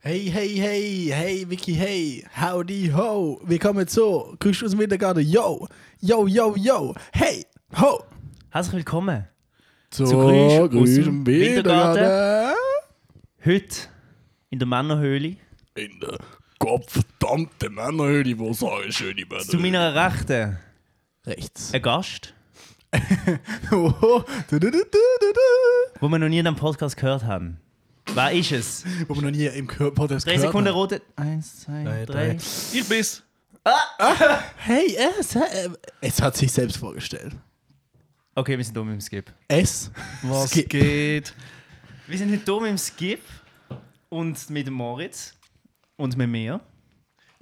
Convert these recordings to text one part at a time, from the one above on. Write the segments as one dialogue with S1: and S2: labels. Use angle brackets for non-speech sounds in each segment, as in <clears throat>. S1: Hey, hey, hey, hey, Vicky, hey, howdy, ho, willkommen zu Kühlst aus dem Wintergarten, yo, yo, yo, yo, hey, ho.
S2: Herzlich willkommen.
S1: Zu,
S2: Grüsch aus dem
S1: Wintergarten.
S2: Heute in der Männerhöhle.
S1: In der gottverdammten Männerhöhle, wo so eine schöne
S2: Zu
S1: Männerhöhle.
S2: meiner Rechten
S1: Rechts.
S2: ein Gast, Äh.
S1: Oho, du, du, du, du, du, du.
S2: den wir noch nie in einem Podcast gehört haben. Wer ist es?
S1: Wo wir noch nie im Kör- Podcast
S2: Drei
S1: gehört
S2: Sekunden
S1: haben.
S2: rote. Eins, zwei,
S1: Drei,
S2: drei.
S1: drei.
S3: Ich bin's.
S1: Hey, es, äh, es hat sich selbst vorgestellt.
S2: Okay, wir sind dumm im Skip.
S1: Es,
S3: Was
S1: Skip.
S3: geht?
S2: Wir sind heute dumm im Skip und mit dem Moritz und mit mir.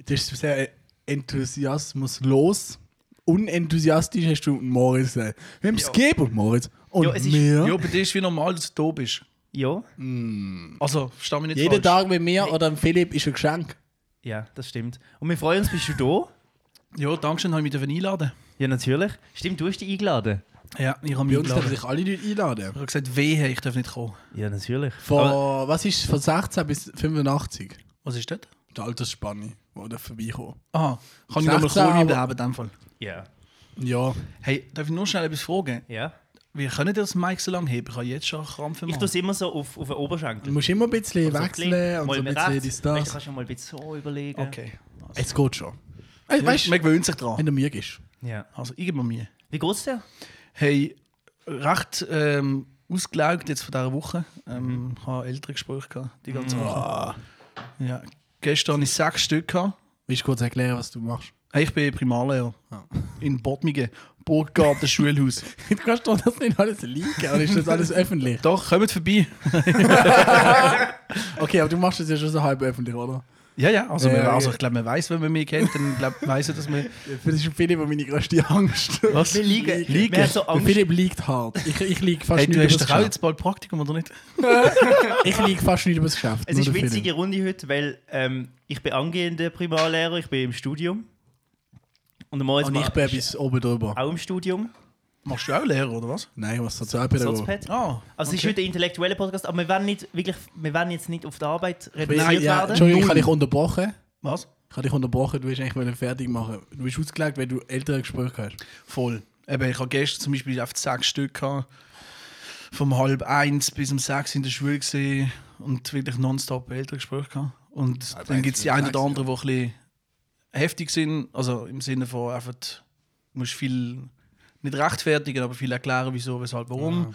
S1: das ist sehr enthusiasmuslos. Unenthusiastisch hast du Moritz gesagt. Wir haben
S2: Ja.
S1: Skip und Moritz. Und
S2: Ja, es ist-
S1: mir.
S3: Ja, bei dir ist wie normal, dass du da bist.
S2: Ja,
S3: Also, versteh mich nicht
S1: Jeden
S3: falsch.
S1: Tag mit mir oder dem Philipp ist ein Geschenk.
S2: ja, das stimmt. Und wir freuen uns, bist du da?
S3: Ja, danke schön, habe ich mich einladen.
S2: Ja, natürlich. Stimmt, du hast dich eingeladen.
S3: Ja, ich habe mich
S1: Bei uns dürfen
S3: eingeladen. Ich
S1: sich alle Leute einladen.
S3: habe gesagt, wehe, ich darf nicht kommen.
S2: Ja, natürlich.
S1: Von, was ist von 16 bis 85?
S3: Was ist das?
S1: Die Altersspanne, wo da vorbeikommt.
S3: Aha, kann ich nochmal
S1: 16,
S3: kommen im
S1: aber-
S3: Leben in dem Fall.
S2: Ja.
S1: Ja.
S3: Hey, darf ich nur schnell etwas fragen?
S2: Ja.
S3: Wie können ihr das Mic so lange heben? Ich kann jetzt schon einen Krampf im
S2: Ich tue es immer so auf, auf den Oberschenkel.
S1: Du musst immer ein bisschen
S2: Also
S1: wechseln und so ein bisschen
S2: das.
S1: dies,
S2: Weißt, du
S1: das.
S2: kannst schon mal ein bisschen so überlegen.
S3: Okay.
S1: Es geht schon. Ey, weißt
S3: Weißt,
S1: du,
S3: man gewöhnt sich dran.
S1: wenn du müde bist.
S2: Ja.
S3: Also, ich gebe mir Mühe.
S2: Wie geht's dir?
S3: Hey, recht ähm, ausgelaugt jetzt von dieser Woche. Ähm, Ich habe ältere Gespräche gehabt, die ganze Woche.
S1: Ah.
S3: Ja. Gestern hatte ich sechs Stück. Gehabt.
S1: Willst du kurz erklären, was du machst? <laughs>
S3: Hey, Ich bin Primarlehrer
S1: Ah.
S3: in Bottmige, Burggarten Schulhaus.
S1: Du kannst doch das nicht alles liegen, oder ist das
S2: <laughs>
S1: alles öffentlich?
S3: Doch, kommt vorbei.
S1: Okay, aber du machst das ja schon so halb öffentlich, oder?
S3: Ja, ja, also,
S1: Ja,
S3: man,
S1: ja.
S3: also ich glaube, man weiß, wenn man mich kennt, dann glaub, weiss er, dass man.
S1: Das ist Philipp meine größte Angst.
S3: Was?
S2: Wir liegen. Wir haben so Angst.
S1: Philipp liegt hart. Ich, ich liege fast
S3: Hey,
S1: nicht
S3: du hast
S1: übers
S3: doch auch
S1: Geschäft.
S3: jetzt bald Praktikum, oder nicht?
S1: Ich liege fast nicht übers Geschäft.
S2: Es
S1: nur
S2: ist
S1: der
S2: eine witzige
S1: Philipp.
S2: Runde heute, weil ähm, ich bin angehender Primarlehrer, ich bin im Studium. Und der Moritz
S1: Und ich
S2: macht-
S1: bin
S2: ist
S1: bis oben drüber.
S2: auch im Studium,
S3: Machst du auch Lehrer, oder was?
S1: Nein, was dazu Sozialpädagogik.
S2: Sozped.
S3: Ah,
S2: Also es ist
S3: okay.
S2: heute ein intellektueller Podcast, aber wir werden, nicht, wirklich, wir werden jetzt nicht auf die Arbeit reduziert
S1: Nein, ja,
S2: werden.
S1: Entschuldigung, ich habe dich unterbrochen.
S3: Was?
S1: Ich habe dich unterbrochen, du willst eigentlich wollen fertig machen. Du bist ausgelegt, wenn du ältere Gespräche hast.
S3: Voll. Eben, ich habe gestern zum Beispiel einfach sechs Stück gehabt. Vom halb eins bis um sechs in der Schule gesehen und wirklich nonstop ältere Gespräche gehabt. Und
S1: Halb
S3: dann
S1: eins
S3: gibt es die
S1: bis
S3: einen
S1: sechs,
S3: oder anderen, die ein bisschen heftig sind. Also im Sinne von einfach, du musst viel nicht rechtfertigen, aber viel erklären, wieso, weshalb, warum.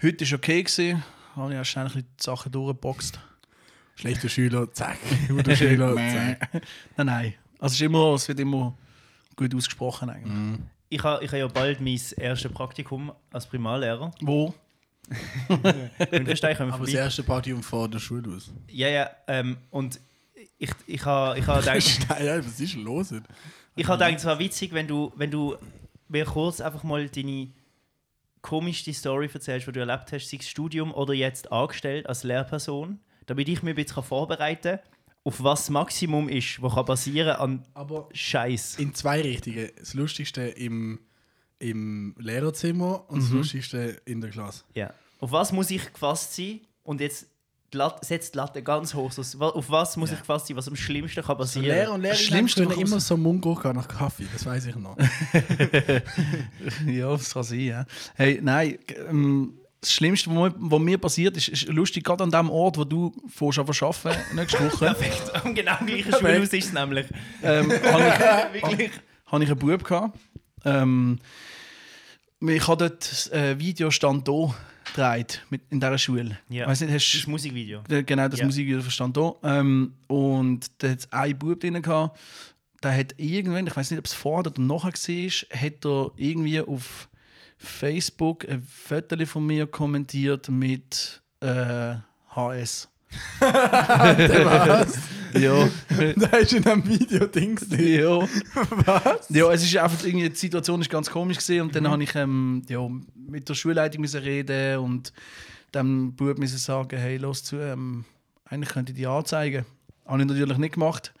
S3: Heute war okay, gewesen. habe ich auch schnell ein bisschen die Sachen durchgeboxt.
S1: Schlechter Schüler, zack. Guter
S3: <laughs>
S1: Schüler, zack.
S3: nein, nein. Also es, ist immer, es wird immer gut ausgesprochen eigentlich.
S1: Mhm.
S2: Ich habe ich habe ja bald mein erstes Praktikum als Primarlehrer.
S3: Wo?
S2: In Österreich kommen wir
S1: Aber das
S2: vorbei.
S1: erste Party um vor der Schule aus.
S2: Ja, ja. Ähm, und ich, ich habe
S1: <laughs>
S2: ich ha gedacht,
S1: ja, was ist denn los?
S2: ich
S1: Mhm.
S2: ha gedacht, es war witzig, wenn du, wenn du mir kurz einfach mal deine komischste Story erzählst, die du erlebt hast, sei es Studium oder jetzt angestellt als Lehrperson, damit ich mich ein bisschen vorbereiten kann, auf was das Maximum ist, was kann passieren an
S1: Aber
S2: Scheiß.
S1: in zwei Richtungen. Das Lustigste im, im Lehrerzimmer und das
S3: Mhm.
S1: Lustigste in der Klasse.
S2: Ja. Auf was muss ich gefasst sein und jetzt die Latte, setzt die Latte ganz hoch. so, wa- Auf was muss ich gefasst sein, was am schlimmsten kann
S1: So
S2: passieren <laughs>
S1: Lehrer und Lehrerinnen
S3: Schlimmste
S1: können
S3: noch
S1: immer so einen Mundgeruch haben nach Kaffee, das weiß ich
S3: <laughs>
S1: noch.
S3: Ja, das kann sein, ja. Hey, nein, g- ähm, das Schlimmste, was mir, was mir passiert ist, ist lustig, gerade an dem Ort, wo du fährst an arbeiten, <laughs> nächste Woche,
S2: Perfekt, am genau gleichen Schulhaus ist es nämlich.
S3: ähm, habe ich,
S2: Wirklich.
S3: hab ich einen Bub gehabt. Ähm, ich habe dort das äh, Video «Stand da» gedreht, mit, in dieser Schule.
S2: Ja.
S3: Weiss nicht,
S2: Das ist
S3: hast,
S2: Musikvideo.
S3: Ja, Genau, das
S2: Ja.
S3: Musikvideo verstand da. Ähm, und da hat es einen Bub drin gehabt, der hat irgendwann, ich weiß nicht, ob es vorher oder nachher war, hat er irgendwie auf Facebook ein Foto von mir kommentiert mit äh, HS.
S1: Was?
S3: <laughs> Ja,
S1: <laughs> da ist in einem Video Dings drin.
S3: ja.
S1: <laughs> Was?
S3: <laughs>
S1: Mhm.
S3: Ja, es ist einfach irgendwie, die Situation ist ganz komisch gewesen und dann habe ich ähm, ja, mit der Schulleitung müssen reden und dem Bub müssen sagen, hey, los zu, ähm, eigentlich könnte ich die anzeigen. Habe ich natürlich nicht gemacht.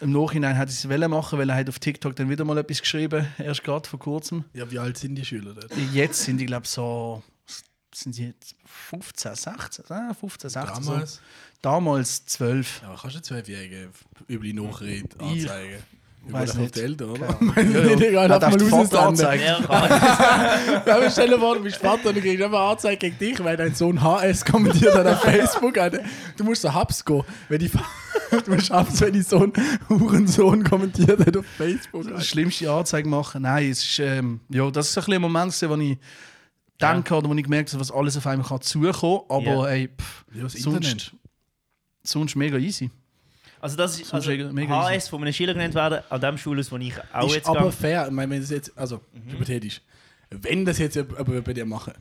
S3: Im Nachhinein hätte ich es wollen machen, weil er hat auf TikTok dann wieder mal etwas geschrieben, erst gerade vor kurzem.
S1: Ja, wie alt sind die Schüler dort?
S3: Jetzt sind die, glaube ich, so sind sie jetzt 15, 16, äh, 15, 16. So.
S1: Damals.
S3: Damals 12.
S1: Ja, aber kannst du Zwölfjährigen über die Nachricht
S3: Ich-
S1: anzeigen? Über
S3: Weiss
S1: den
S3: nicht.
S1: die Eltern, oder? <laughs>
S3: Ja, ja.
S1: Egal,
S3: Hat
S1: lass mal
S3: einfach die Vater
S1: rausstanden.
S3: angezeigt.
S2: Er kann.
S1: Ja, aber stell dir vor, du bist Vater und du kriegst immer Anzeige gegen dich, weil dein Sohn HS kommentiert hat auf Facebook. Alter. Du musst so Hubs gehen, wenn die Fa- <laughs> Du musst Hubs, wenn dein Sohn Hurensohn kommentiert hat auf Facebook.
S3: Das
S1: Alter.
S3: schlimmste Anzeige machen. Nein, es ist, ähm, ja, das ist ein bisschen ein Moment, gewesen, wo ich denke oder wo ich gemerkt habe, was alles auf einmal kann zukommen kann.
S2: Ja.
S3: Aber ey, pff,
S1: Ja, das Internet.
S3: sonst, sonst mega easy.
S2: Also das ist also
S3: mega- mega
S2: HS von einem Schüler genannt werden, an dem Schulhaus, wo ich auch
S1: Ist
S2: jetzt Mhm.
S1: aber
S2: gehe.
S1: fair. Ich meine, wenn das jetzt, also hypothetisch, wenn das jetzt jemand- aber bei dir machen,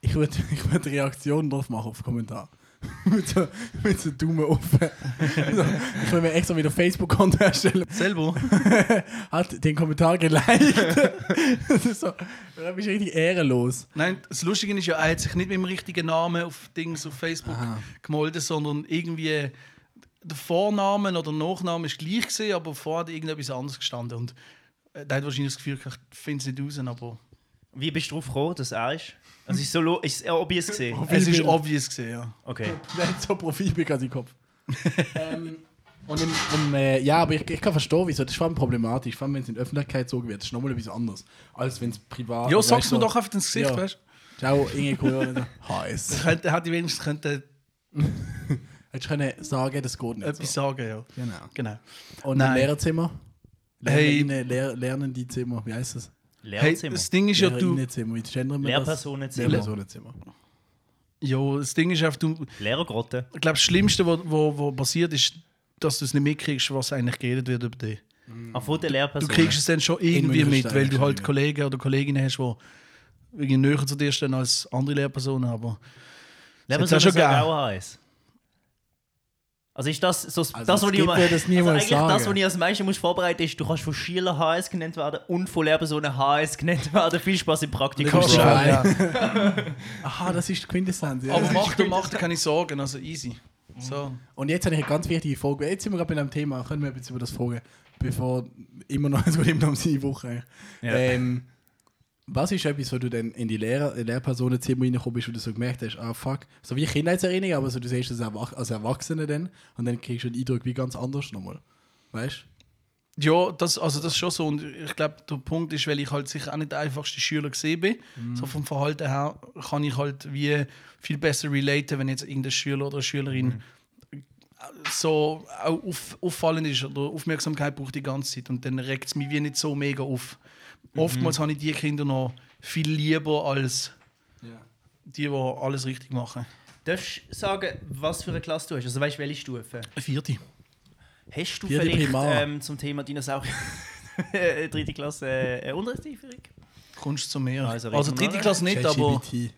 S1: ich würde ich würd <laughs> Reaktionen drauf machen auf Kommentar. <laughs> mit, so, mit so Daumen offen. <laughs> so, ich will mir extra wieder Facebook-Konto erstellen.
S3: Selber?
S1: <laughs> Hat den Kommentar geliked. <laughs> das ist so, da bist du richtig ehrenlos.
S3: Nein, das Lustige ist ja, er hat sich nicht mit dem richtigen Namen auf Dings auf Facebook
S1: Aha.
S3: gemeldet, sondern irgendwie der Vorname oder Nachname ist gleich gewesen, aber vorher hat irgendetwas anderes gestanden. Und äh, der hat wahrscheinlich das Gefühl, gehabt, ich finde es nicht raus, aber
S2: Wie bist du drauf gekommen, dass er ist? Also ist so lo- ist es obvious gesehen.
S3: es ist
S1: Bild.
S3: obvious gewesen, ja.
S2: Okay.
S1: Der hat so Profilbild an seinem Kopf. ähm, und im, im, äh, ja, aber ich, ich kann verstehen, wieso. Das ist vor allem problematisch. Vor allem, wenn es in der Öffentlichkeit so wird. Das ist nochmal etwas anderes, als wenn es privat
S3: Ja,
S1: also,
S3: sag's
S1: weißt
S3: mir
S1: du,
S3: doch einfach ins Gesicht,
S1: Ja.
S3: weißt du?
S1: Ciao, Inge
S3: <laughs>
S1: Kuhn. Heiß.
S3: Könnte, hätte ich wenigstens könnte
S1: Hättest du können sagen, das geht nicht.
S3: etwas
S1: So.
S3: sagen, ja.
S1: Genau.
S3: Genau.
S1: Und im
S3: Nein.
S1: Lehrerzimmer?
S3: Hey.
S1: Lehrerinnen, Lehr Lernen die Zimmer, wie heißt das?
S3: Hey,
S2: Lehrzimmer.
S3: das Ding ist ja, du.
S1: Lehrerinnenzimmer, wie gendern wir
S2: Lehrpersonenzimmer.
S1: das? Lehrpersonenzimmer.
S3: Ja, das Ding ist einfach, du.
S2: Lehrergrotte.
S3: Ich glaube, das Schlimmste, was wo, wo passiert, ist, dass du es nicht mitkriegst, was eigentlich geredet wird über dich.
S2: Auch von der
S3: Du
S2: Lehrperson.
S3: kriegst es dann schon irgendwie
S1: Irgendwelche
S3: mit, weil du halt
S1: Steine.
S3: Kollegen oder Kolleginnen hast, die irgendwie näher zu dir stehen als andere Lehrpersonen. Aber
S2: Lehrperson
S3: hat's auch
S2: ist
S3: schon
S2: ja
S3: gegeben.
S2: auch HS. Also ist das so das,
S1: Also
S2: was
S1: es
S2: ich
S1: gibt,
S2: immer-
S1: wer das niemals
S2: eigentlich das,
S1: sagen.
S2: was ich als Mensch muss vorbereiten muss, du kannst von Schüler HS genannt werden und von Lehrpersonen HS genannt werden. Viel Spaß im Praktikum.
S1: Kommst du
S2: Bro.
S1: schon.
S3: Ja.
S1: Aha, Ah, das ist die Quintessenz. Ja. <laughs>
S3: aber mach dir mach dir keine Sorgen, also easy. So.
S1: Und jetzt habe ich eine ganz wichtige Frage. Jetzt sind wir gerade bei einem Thema, können wir etwas über das fragen, bevor immer noch <laughs> es wird immer um seine Woche. eigentlich.
S2: Ja.
S1: Ähm, was ist etwas, wo du dann in die Lehrer, Lehrpersonenzimmer reingekommen bist, wo du so gemerkt hast, ah fuck, so wie Kindheitserinnerung, aber so du siehst das erwach als Erwachsene dann und dann kriegst du den Eindruck wie ganz anders nochmal. Weißt
S3: Ja, das, also das ist schon so. Und ich glaube, der Punkt ist, weil ich halt sicher auch nicht der einfachste Schüler gesehen bin. So vom Verhalten her kann ich halt wie viel besser relaten, wenn jetzt irgendein Schüler oder eine Schülerin so auch auf, auffallend ist oder Aufmerksamkeit braucht die ganze Zeit. Und dann regt es mich wie nicht so mega auf. Oftmals habe ich die Kinder noch viel lieber als
S1: du?
S3: die, die alles richtig machen.
S2: Darfst du sagen, was für eine Klasse du hast? Also weißt du, welche Stufe?
S3: Vierte.
S2: Hast du
S1: Vierte
S2: vielleicht
S1: Primar.
S2: ähm, zum Thema Dinosaurier <laughs> äh, dritte Klasse äh, Unterrichtseinführung?
S3: Kommst du zu mir?
S2: Also
S3: Also,
S2: reden wir
S3: dritte
S2: mal.
S3: Klasse nicht, aber
S1: ChatGPT.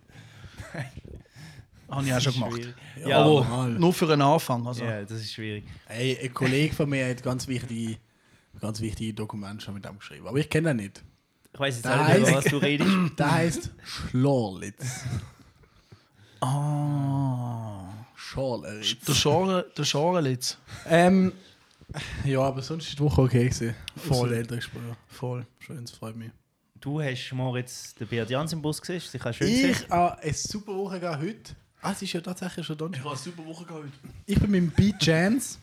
S3: habe ich auch schon gemacht.
S2: Schwierig. Ja,
S3: aber
S2: aber,
S1: normal.
S3: nur für einen Anfang. Also.
S2: ja, das ist schwierig.
S1: Ey, ein Kollege von mir hat ganz wichtige, ganz wichtige Dokumente schon mit dem geschrieben, aber ich kenne ihn nicht.
S2: Ich weiß jetzt
S1: Da
S2: auch nicht, über
S1: heisst-
S2: was du redest.
S1: Der heißt Schlorlitz.
S3: Ah.
S1: Schlorlitz.
S3: Der Genre, der Genrelitz.
S1: Ähm, ja, aber sonst ist die Woche okay gewesen.
S3: Voll.
S1: Voll älter gesprochen.
S3: Voll.
S1: Schön, es freut mich.
S2: Du hast Moritz den Beat Jans im Bus gesehen, sicher schön gesehen.
S1: Ich habe eine super Woche gehabt heute. Ah, es ist ja tatsächlich schon Donnerstag.
S3: habe eine super Woche gehabt.
S1: Ich bin mit dem Beat Jans,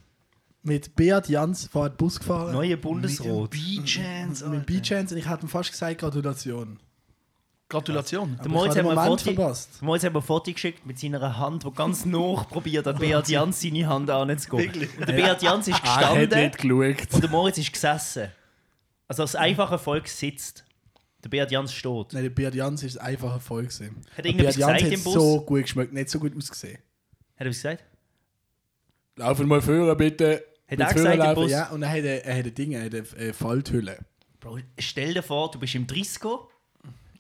S1: mit Beat Jans vor den Bus gefahren.
S2: Neue Bundesrot.
S3: B-Chance.
S1: Mit dem Beat Jans und ich hatte ihm fast gesagt, Gratulation.
S3: Gratulation.
S2: Der Moritz
S1: ich
S2: hat
S1: habe den
S2: mir ein
S1: Moment
S2: Foto-
S1: verpasst.
S2: der Moritz hat mir ein Foto geschickt mit seiner Hand, die ganz nah probiert hat, Beat Jans seine Hand anzugehen. Und der Beat Jans
S1: Ah,
S2: ist gestanden
S1: geschaut.
S2: und der Moritz ist gesessen. Also das einfache Volk sitzt. Der Beat Jans steht.
S1: Nein, der Beat Jans ist einfach ein Erfolg gewesen. Der
S2: irgendetwas
S1: Beat Jans
S2: gesagt
S1: hat
S2: im Bus?
S1: so gut geschmeckt, nicht so gut ausgesehen.
S2: Hat er was gesagt?
S1: Laufen mal früher bitte.
S2: Hat
S1: Mit
S2: er auch
S1: vorne
S2: gesagt, der
S1: laufen,
S2: Bus?
S1: Ja, und dann hat er, er hat ein Ding, er hat eine äh, Falthülle.
S2: Bro, stell dir vor, du bist im 30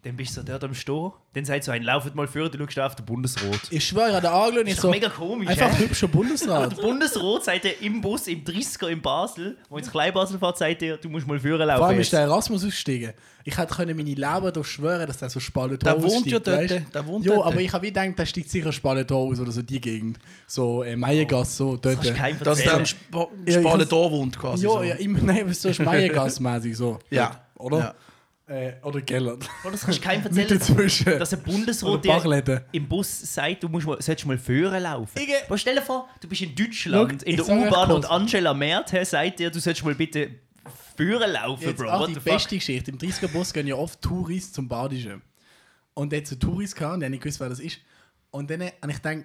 S2: dann bist du so dort am Stehen, dann sagt so ein, lauft mal vor, du schaust auf den Bundesrot.
S1: Ich schwöre, ich habe den angeschaut und ich
S2: Ist doch
S1: so...
S2: mega komisch,
S1: Einfach
S2: hä?
S1: hübscher
S2: <laughs>
S1: Bundesrat.
S2: Bundesrot sagt ihr im Bus, im 30er in Basel, wo ins Kleinbasel fährt, sagt ihr, du musst mal führen laufen.
S1: Vor allem ist
S2: jetzt.
S1: der Erasmus ausgestiegen. Ich hätte können meine Leber doch schwören, dass der so spannend
S3: Der wohnt ja dort, der wohnt
S1: Jo,
S3: dort.
S1: aber ich habe gedacht, der steigt sicher spannend aus oder so die Gegend. So äh, Meiergasse, so dort.
S2: Das kannst du keinem
S3: Dass der
S2: erzählen.
S3: im Sp
S1: Ja, ich
S3: Spalen
S1: kann's- <laughs>
S3: da wohnt quasi.
S1: Ja,
S3: so.
S1: ja, immer, nein, so ist Meiergasse-mäßig so.
S3: Ja.
S1: Oder?
S3: Ja.
S1: Äh, oder Gellert.
S2: Oder das kannst du keinem
S1: Nicht
S2: erzählen,
S1: dazwischen.
S2: dass ein Bundesrat
S1: Oder Bachläden.
S2: im Bus sagt, du musst mal, solltest mal führen laufen.
S1: Ich-
S2: Aber stell dir vor, du bist in Deutschland,
S1: Schau,
S2: in
S1: ich
S2: der
S1: sag euch
S2: U-Bahn
S1: kurz.
S2: und Angela Merkel sagt dir, du solltest mal bitte führen laufen,
S1: Jetzt,
S2: Bro.
S1: auch
S2: What
S1: die
S2: the fuck?
S1: beste Geschichte. Im 30er-Bus gehen ja oft Touris zum Badischen. Und jetzt so Touris gehabt, und dann hab ich gewusst, wer das ist. Und dann habe ich gedacht,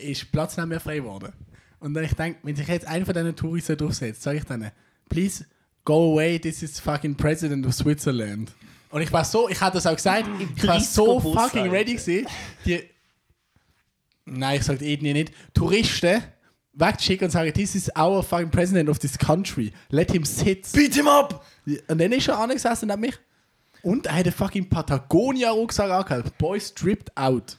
S1: ist Platz nicht mehr frei geworden. Und dann hab ich gedacht, wenn sich jetzt einer von diesen Touris da draufsetzt, sage ich denen, please go away, this is fucking president of Switzerland. Und ich war so, ich hatte das auch gesagt, ich war so
S2: 30er-Bus,
S1: fucking ready
S2: Alter.
S1: gewesen, die, nein, ich sage irgendwie nicht, Touristen wegschicken und sagen, this is our fucking president of this country, let him sit.
S3: Beat him up!
S1: Und dann ist er angesessen und hat mich. Und er hat einen fucking Patagonia-Rucksack angehabt. Boy stripped out.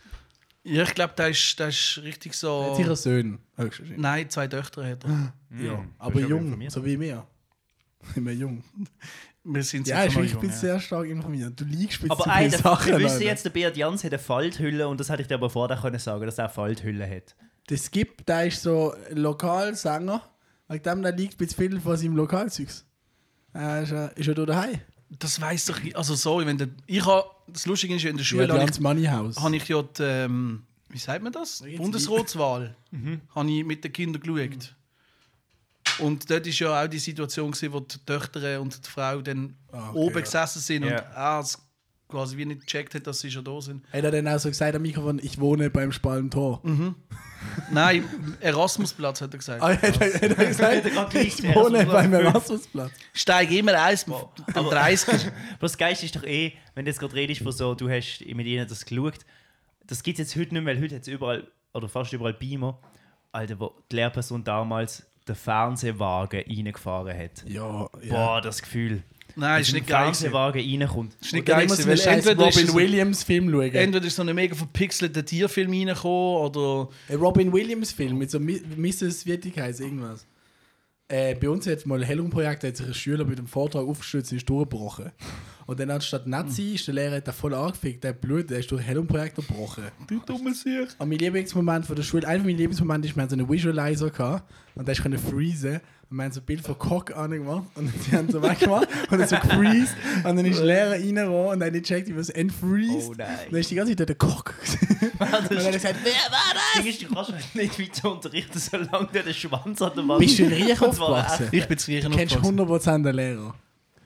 S3: Ja, ich glaube, der ist, der ist richtig so.
S1: Sicher Söhne, höchstwahrscheinlich.
S3: Nein, zwei Töchter hat er.
S1: Ja. Aber
S2: ja
S1: jung,
S2: informiert.
S1: so wie wir. <laughs> Immer jung.
S3: Wir sind
S1: Ja, ich
S3: sicher
S1: bin
S3: noch jung, ja.
S1: sehr stark informiert. Du liegst mit
S2: Aber
S1: zu
S2: ey,
S1: vielen
S2: der-
S1: Sachen.
S2: wir wissen
S1: Alter.
S2: jetzt, der Beat Jans hat eine Falthülle und das hätte ich dir aber vorher können sagen, dass er eine Falthülle hat.
S1: Der Skip, der ist so Lokalsänger. Wegen dem, der liegt mit viel von seinem Lokalzeugs. Er ist, äh, ist ja da daheim.
S3: Das weiß doch. Also, sorry, wenn der. Ich hab, das Lustige ist, ja, in der
S1: Ja,
S3: Schule habe ich,
S1: Lanz Money House.
S3: hab ich ja die. Ähm, wie sagt man das?
S1: Jetzt- <laughs> Mhm.
S3: Bundesratswahl. Habe ich mit den Kindern geschaut. Und dort war ja auch die Situation, gewesen, wo die Töchter und die Frau dann
S1: Ah, okay,
S3: oben
S1: ja.
S3: gesessen sind
S2: Ja.
S3: und er es quasi wie nicht gecheckt hat, dass sie schon da sind.
S1: Hat er dann auch so gesagt am Mikrofon, ich wohne beim Spalmtor.
S3: Nein, <laughs> Erasmusplatz hat er gesagt.
S1: Ah, <laughs> hat, er, hat er gesagt, <laughs> ich wohne beim Erasmusplatz.
S3: Steig immer eins am am
S1: <laughs>
S3: 30.
S2: Aber das Geist ist doch eh, wenn du jetzt gerade redest von so, du hast mit ihnen das geschaut, das gibt es jetzt heute nicht mehr, weil heute hat es überall, oder fast überall Beamer, Alter, wo die Lehrperson damals den Fernsehwagen reingefahren hat.
S1: Ja, ja.
S2: Boah, das Gefühl.
S3: Nein, ist
S2: Wenn
S3: nicht
S2: der
S3: geil. gewesen.
S2: Fernsehwagen reinkommt.
S3: Ist nicht
S1: Oder
S3: geil,
S1: immer so
S3: gewesen, weil
S1: einen
S3: entweder ist
S1: Robin
S3: es-
S1: Williams Film schauen.
S3: Entweder ist so ein mega verpixelter Tierfilm reingekommen oder.
S1: Ein Robin Williams Film mit so Mi- Mrs. Wittig heißt irgendwas. Äh, bei uns hat mal ein Hellung-Projekt, da hat sich ein Schüler mit dem Vortrag aufgestürzt und ist durchgebrochen. Und dann anstatt Nazi ist der Lehrer hat er voll angefickt, der blöd, der ist durch ein Hellung-Projekt gebrochen.
S3: Du dumme Sicht.
S1: Und mein Lieblingsmoment von der Schule, einer meiner Lieblingsmomente ist, wir haben so einen Visualizer gehabt und der konnte freezen. Und wir haben so ein Bild von Cock angemacht und die haben so weggemacht und dann so gefreezed. Und dann ist der Lehrer reingekommen und hat nicht gecheckt, wie man es entfreezed.
S2: Oh
S1: Und
S2: nein.
S1: dann ist die ganze Zeit der Cock. und
S2: Das
S1: dann hat er
S2: ist-
S1: gesagt, wer war das?
S2: das Ding ist, du kannst halt nicht weiter unterrichten, solange du den Schwanz an der Wand
S1: Bist du in Riech
S2: Und zwar
S1: aufgewachsen?
S3: Ich bin zu
S1: Du
S3: Griechen
S1: kennst
S3: aufgewachsen.
S1: 100% den Lehrer.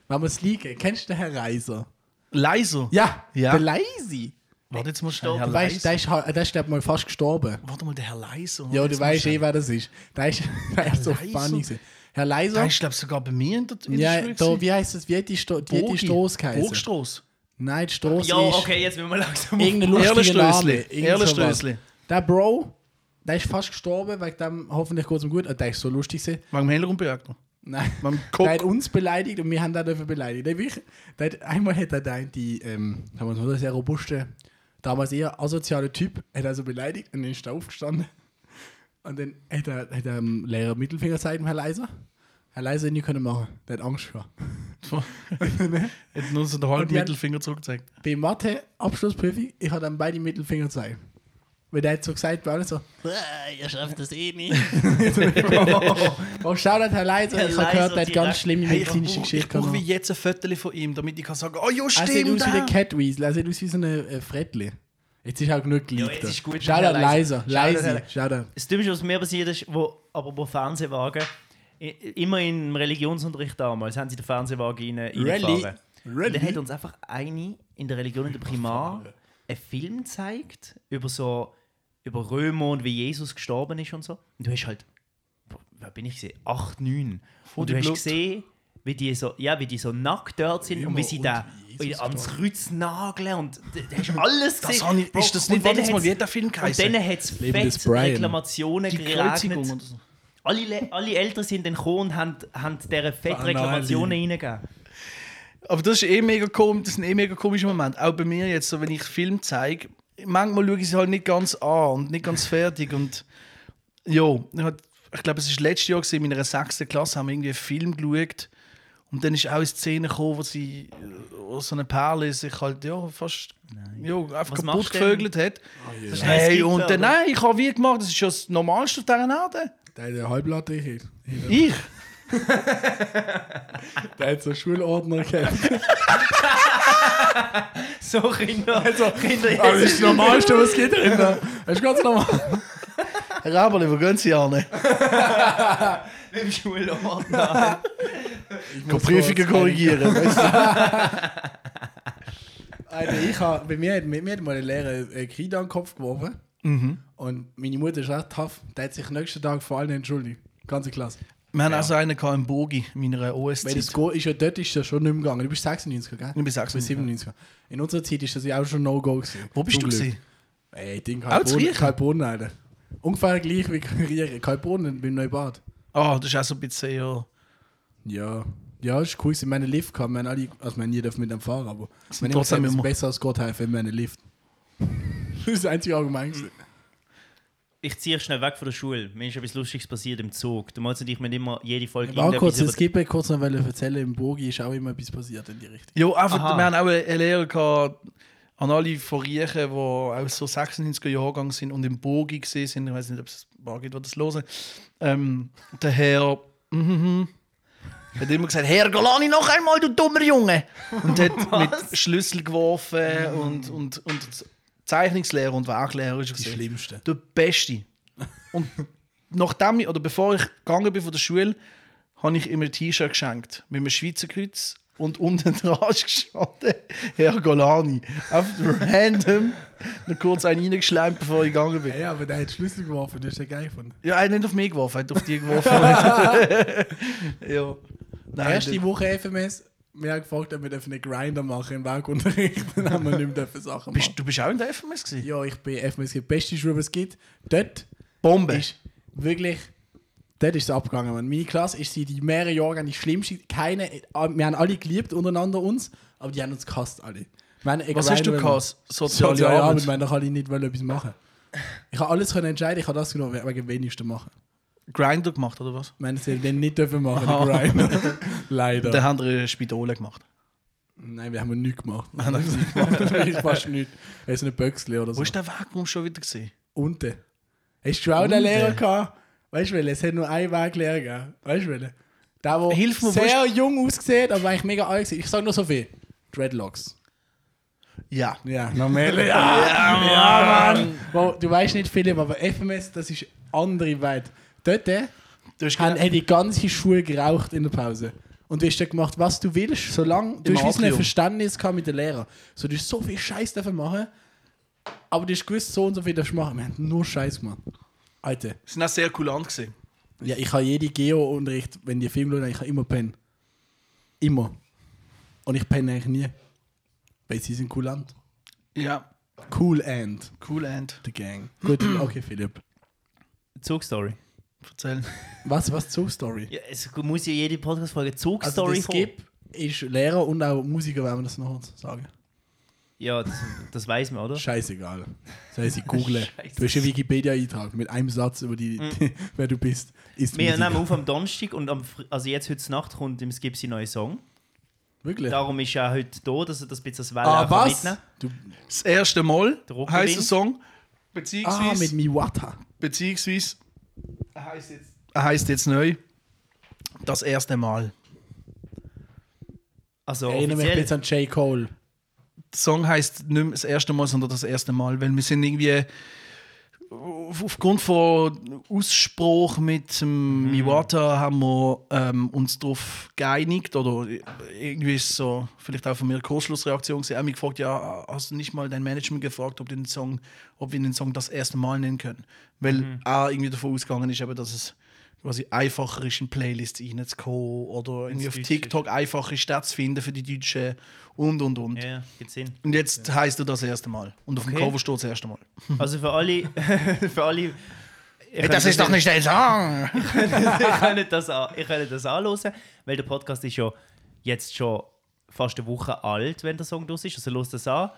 S1: Wenn wir es liegen, kennst du den Herr Reiser?
S3: Leiser.
S1: Ja,
S3: Ja.
S1: der Leisi.
S3: Warte, jetzt musst
S2: Stopp.
S3: du. Herr
S1: Du weißt,
S3: Leiser.
S1: der ist, ha- der ist glaub ich, mal fast gestorben.
S3: Warte mal, der Herr Leiser.
S1: Ja, du
S3: Warte, jetzt
S1: weißt
S3: musst
S1: eh, wer das ist. Der ist, <laughs> der ist so
S3: Leiser?
S1: funny. gewesen. Herr
S3: Der
S1: Leiser?
S3: ist, glaube ich, sogar bei mir in der, in der
S1: Ja,
S3: Schule.
S1: da, wie heißt es? Wie hat die, Sto wie hat die Stoß geheißen?
S3: Hochstross.
S1: Nein, die Stoß
S2: Ja,
S1: ist
S2: okay, jetzt müssen wir langsam
S1: irgendein
S3: Erlenströssli.
S1: lustiger Name. Irgend
S3: Erlenströssli.
S1: sowas. Der Bro, der ist fast gestorben, wegen dem hoffentlich kurz und gut. Ah, Der ist so lustig. gewesen.
S3: Wegen dem Hellrumbeachter.
S1: Nein.
S3: Beim
S1: Der hat
S3: Cock.
S1: uns beleidigt und wir haben den dafür beleidigt. Der hat wirklich- der hat, einmal hat er den, die, ähm, haben wir uns mal sehr robuste, damals eher asoziale Typ, hat also beleidigt und dann ist er aufgestanden. Und dann hat er, hat er dem Lehrer Mittelfinger gezeigt, dem Herr Leiser. Herr Leiser hat nie können machen, der hat Angst gehabt.
S3: Hat nur so den halben
S1: Und die haben-
S3: Mittelfinger zurückgezeigt.
S1: Bei Mathe, Abschlussprüfung, ich habe dann beide Mittelfinger gezeigt. Weil der hat so gesagt, bei allen so, <laughs>
S2: Äh, Ihr schafft das eh nicht.
S1: oh, schau Herr Leiser,
S2: Herr
S1: ich habe
S2: Leiser
S1: gehört, der hat ganz
S2: direkt.
S1: schlimme
S3: Hey,
S1: medizinische
S3: ich
S1: Geschichte
S3: brauche wie
S1: gehabt.
S3: jetzt ein Viertel von ihm, damit ich kann sagen, oh ja,
S1: Er sieht
S3: stimmt.
S1: Ah, aus wie der
S3: der.
S1: Catweasel, er sieht aus wie so ein äh, Frettli. Jetzt ist auch genug
S2: Ja,
S1: geliebt.
S2: jetzt ist gut,
S1: Schau
S2: Herr
S1: Leiser,
S2: Leiser. Shoutout,
S1: Leiser, schau
S2: Das Dümmste, was mir passiert ist, wo, aber wo Fernsehwagen, i- immer im Religionsunterricht damals, haben sie den Fernsehwagen rein, reingefahren. Und dann hat uns einfach eine in der Religion, in der Primar, einen Film gezeigt über so über Römer und wie Jesus gestorben ist und so. Und du hast halt, boah, wer bin ich gesehen? 8, 9. Und du
S3: die
S2: hast
S3: Blut.
S2: gesehen, wie die so, ja, wie die so nackt dort sind und
S1: Römer
S2: wie sie
S1: und
S2: da
S1: Jesus
S2: in- ans Kreuz nageln und du du hast alles
S3: Das
S2: gesehen.
S3: hab ich-
S2: Bro,
S3: ist das
S2: und dann
S3: nicht- warte jetzt mal,
S2: hat's-
S3: wie hat der Film
S2: Und
S3: geheißen?
S2: dann hat es
S1: Leben des
S2: fett
S1: Brian.
S2: Reklamationen
S3: Die Kreuzigung
S2: geregnet.
S3: oder so.
S2: Alle, Le- alle Eltern sind dann gekommen und haben, haben deren fett
S1: Banali.
S2: Reklamationen reingegeben.
S3: Aber das ist eh mega komisch, das ist ein eh mega komischer Moment. Auch bei mir jetzt, so, wenn ich Film zeige, manchmal schaue ich sie halt nicht ganz an und nicht ganz fertig. Und ja, ich, hat- ich glaube, es war letztes Jahr, gewesen, in meiner sechsten Klasse haben wir irgendwie einen Film geschaut. Und dann ist auch eine Szene gekommen, wo sie wo so eine Perle sich halt ja, fast ja, einfach
S2: Was
S3: kaputt
S2: machst du
S3: gevögelt hat.
S1: Das
S2: schnell
S3: Hey,
S2: skippen,
S3: und dann,
S2: oder?
S3: nein, ich habe wie gemacht, das ist ja das Normalste auf dieser Erde.
S1: Der hat eine Halblatte gekriegt.
S3: Ich?
S1: Der hat so einen Schulordner gehabt.
S2: So Kinder, <laughs> Kinder
S1: Aber Also, das ist das Normalste, was es gibt, <laughs> Kinder. Das ist ganz normal.
S3: Herr Raberli, wo gehen Sie hin?
S2: mit dem Schulordner.
S1: Ich
S3: Gehen Prüfungen korrigieren. weißt du?
S1: Alter, ich hab, bei mir, hat- mit mir hat mal ein Lehrer äh, Kreide an den Kopf geworfen.
S3: Mhm.
S1: Und meine Mutter ist echt tough. Der hat sich am nächsten Tag vor allen entschuldigt. Ganze Klasse.
S3: Wir haben auch so einen gehabt im Bogi, in meiner
S1: Weil das
S3: OS-Zeit.
S1: Go ist ja dort ist ja schon nicht mehr gegangen. Du bist 96, gell?
S3: Ich bin 96,
S1: 97. In unserer Zeit ist das ja auch schon No-Go gewesen.
S3: Wo bist
S1: Zum
S3: du?
S1: Glück.
S3: Gewesen?
S1: Ey, Ding,
S3: Auch zu
S1: Kalbonen,
S3: Riechen?
S1: Kalbonen, Alter. Ungefähr gleich wie Rieren. Kalbonen beim Neubad.
S3: Ah, das ist auch so ein bisschen, ja.
S1: Ja. Ja, ist cool. Sie meinen Lift gehabt. Wir haben alle, also, man nie darf mit dem fahren, aber man immer
S3: trotzdem
S1: gesagt, es ist
S3: immer-
S1: besser als Gott helfen, wenn wir einen Lift. <laughs> das ist das einzige Argument.
S2: <laughs> Ich ziehe schnell weg von der Schule. Mir ist etwas Lustiges passiert im Zug. Du meinst, ich mir immer jede Folge
S1: Ich war auch kurz,
S2: irgendetwas
S1: es gibt mir kurz noch wollen erzählen, im Burgi ist auch immer etwas passiert in die Richtung.
S3: Ja, einfach,
S2: Aha.
S3: wir haben auch einen Lehrer gehabt, an alle von Riechen, die auch so 96er Jahrgang sind und im Bogi gesehen sind. Ich weiß nicht, ob es ein paar gibt, die das hören. Ähm, der Herr mhm, hat immer gesagt: Herr Golani, noch einmal, du dummer Junge! Und hat mit Schlüssel geworfen und, und, und Zeichnungslehrer und Werklehrer ist er
S1: Die
S3: gewesen.
S1: schlimmste.
S3: Der Beste. Und nachdem ich, oder bevor ich gegangen bin von der Schule, habe ich ihm ein T-Shirt geschenkt. Mit einem Schweizer Kreuz und unten <laughs> dran ist gestanden Herr Golani. Auf random noch kurz einen reingeschleimt, bevor ich gegangen bin.
S1: Ja, aber der hat Schlüssel geworfen, das ist ja geil von.
S3: Ja, er hat nicht auf mich geworfen, er hat auf die geworfen. ja. Nein,
S1: Erste Woche FMS, wir haben gefragt, ob wir dürfen einen Grinder machen im Werkunterricht, <laughs> dann haben wir nicht mehr dürfen Sachen
S3: bist,
S1: machen.
S3: du bist auch in der FMS gewesen?
S1: Ja, ich bin FMS, die beste Schule, was es gibt. Dort
S3: Bombe.
S1: ist wirklich, dort ist es abgegangen. Man. Meine Klasse ist seit mehreren Jahren die schlimmste. Keine, wir haben alle geliebt untereinander uns, aber die haben uns gehasst alle. Wir haben einen
S3: Was hast du
S1: Grinder-
S3: gehabt?
S1: Soziale
S3: Soziale
S1: Arbeit.
S3: Arbeit.
S1: weil da kann ich nicht wollen, etwas machen. Ich habe alles können entscheiden, ich habe das genommen, wegen dem wenigsten machen.
S3: Grinder gemacht, oder was?
S1: Ich meine, sie den nicht dürfen machen, den
S3: <laughs>
S1: Grind. Leider.
S3: Dann haben wir eine Spidole gemacht.
S1: Nein, wir haben nichts gemacht. Wir <laughs> haben nichts gemacht, wirklich fast nichts. Es ist eine Böxle oder so.
S3: Wo ist der Weg schon wieder gesehen?
S1: Unten. Hast du auch
S3: Unten?
S1: einen Lehrer gehabt? Weißt du, welchen? es hat nur einen Weglehrer gegeben. Weißt du, welchen? Der, der
S3: Hilf mir, wo
S1: sehr jung ausgesehen aber eigentlich mega alt war. Ich sage nur so viel. Dreadlocks.
S3: Ja.
S1: Ja, normal. ja, ja, Mann. Wo, du weißt nicht viel, aber FMS, das ist andere Welt. Dort äh,
S3: Du hast
S1: haben, haben die ganze Schule geraucht in der Pause. Und du hast dann gemacht, was du willst, solange du
S3: Im
S1: hast wie so ein
S3: Atrium.
S1: Verständnis gehabt mit den Lehrern. So, du hast so viel Scheiß dafür machen, aber du hast gewusst, so und so viel darfst du machen. Wir haben nur Scheiß gemacht. Alter,
S3: sind auch sehr kulant gesehen.
S1: ja, ich habe jede Geo-Unterricht, wenn die Film schauen, ich habe immer pennen. Immer. Und ich penne eigentlich nie. Weil sie sind kulant.
S3: Ja,
S1: Cool and
S3: cool and.
S1: the
S2: <clears throat>
S1: gang. Gut, okay, Philipp.
S2: Zugstory.
S3: Erzähl.
S1: Was, was zur Story?
S2: Ja, es muss ja jede Podcast-Folge
S1: Also der
S2: Zugstory
S1: Skip ist Lehrer und auch Musiker, wenn man das noch sagen.
S2: Ja, das, das weiß man, oder?
S1: Scheißegal. Das heißt, ich
S2: <laughs>
S1: google.
S2: Scheiße.
S1: Du hast einen Wikipedia-Eintrag mit einem Satz über die, <laughs> wer du bist. Ist
S2: Mm. Wir
S1: Musiker.
S2: nehmen auf am Donnerstag und am, Fr- also jetzt heute Nacht kommt im Skip sein neuer Song.
S1: Wirklich?
S2: Darum ist er auch heute da, dass er das ein bisschen als Welle
S1: ah,
S2: auch kann
S1: was?
S2: mitnehmen
S1: Du,
S3: Das erste Mal
S2: Der Rockenwind.
S3: heißt der Song.
S1: ah, mit
S3: Beziehungsweise.
S1: Miwata.
S3: beziehungsweise heißt jetzt, heißt jetzt neu. Das erste Mal.
S2: Also
S1: Erinnere mich
S2: offiziell.
S1: jetzt an J. Cole.
S3: Der Song heißt nicht mehr das erste Mal, sondern das erste Mal, weil wir sind irgendwie auf- aufgrund von Ausspruch mit dem Miwata haben wir ähm, uns darauf geeinigt oder irgendwie ist so vielleicht auch von mir eine Kurzschlussreaktion gesehen. haben mich gefragt, ja, hast du nicht mal dein Management gefragt, ob, du den Song, ob wir den Song das erste Mal nennen können, weil auch irgendwie davon ausgegangen ist, eben, dass es quasi einfacher ist, in Playlists reinzukommen oder irgendwie auf
S2: Deutsche.
S3: TikTok einfache Stadt zu finden für die Deutschen und und und.
S2: Ja, gibt Sinn.
S3: Und jetzt heißt du das erste Mal. Und auf dem
S2: Okay.
S3: Cover steht das erste Mal.
S1: Mhm.
S2: Also für alle. <laughs> für alle hey,
S3: nicht der Song!
S2: ihr, könnt das an, ihr könnt das anhören, weil der Podcast ist ja jetzt schon fast eine Woche alt, wenn der Song los ist. Also hört das an.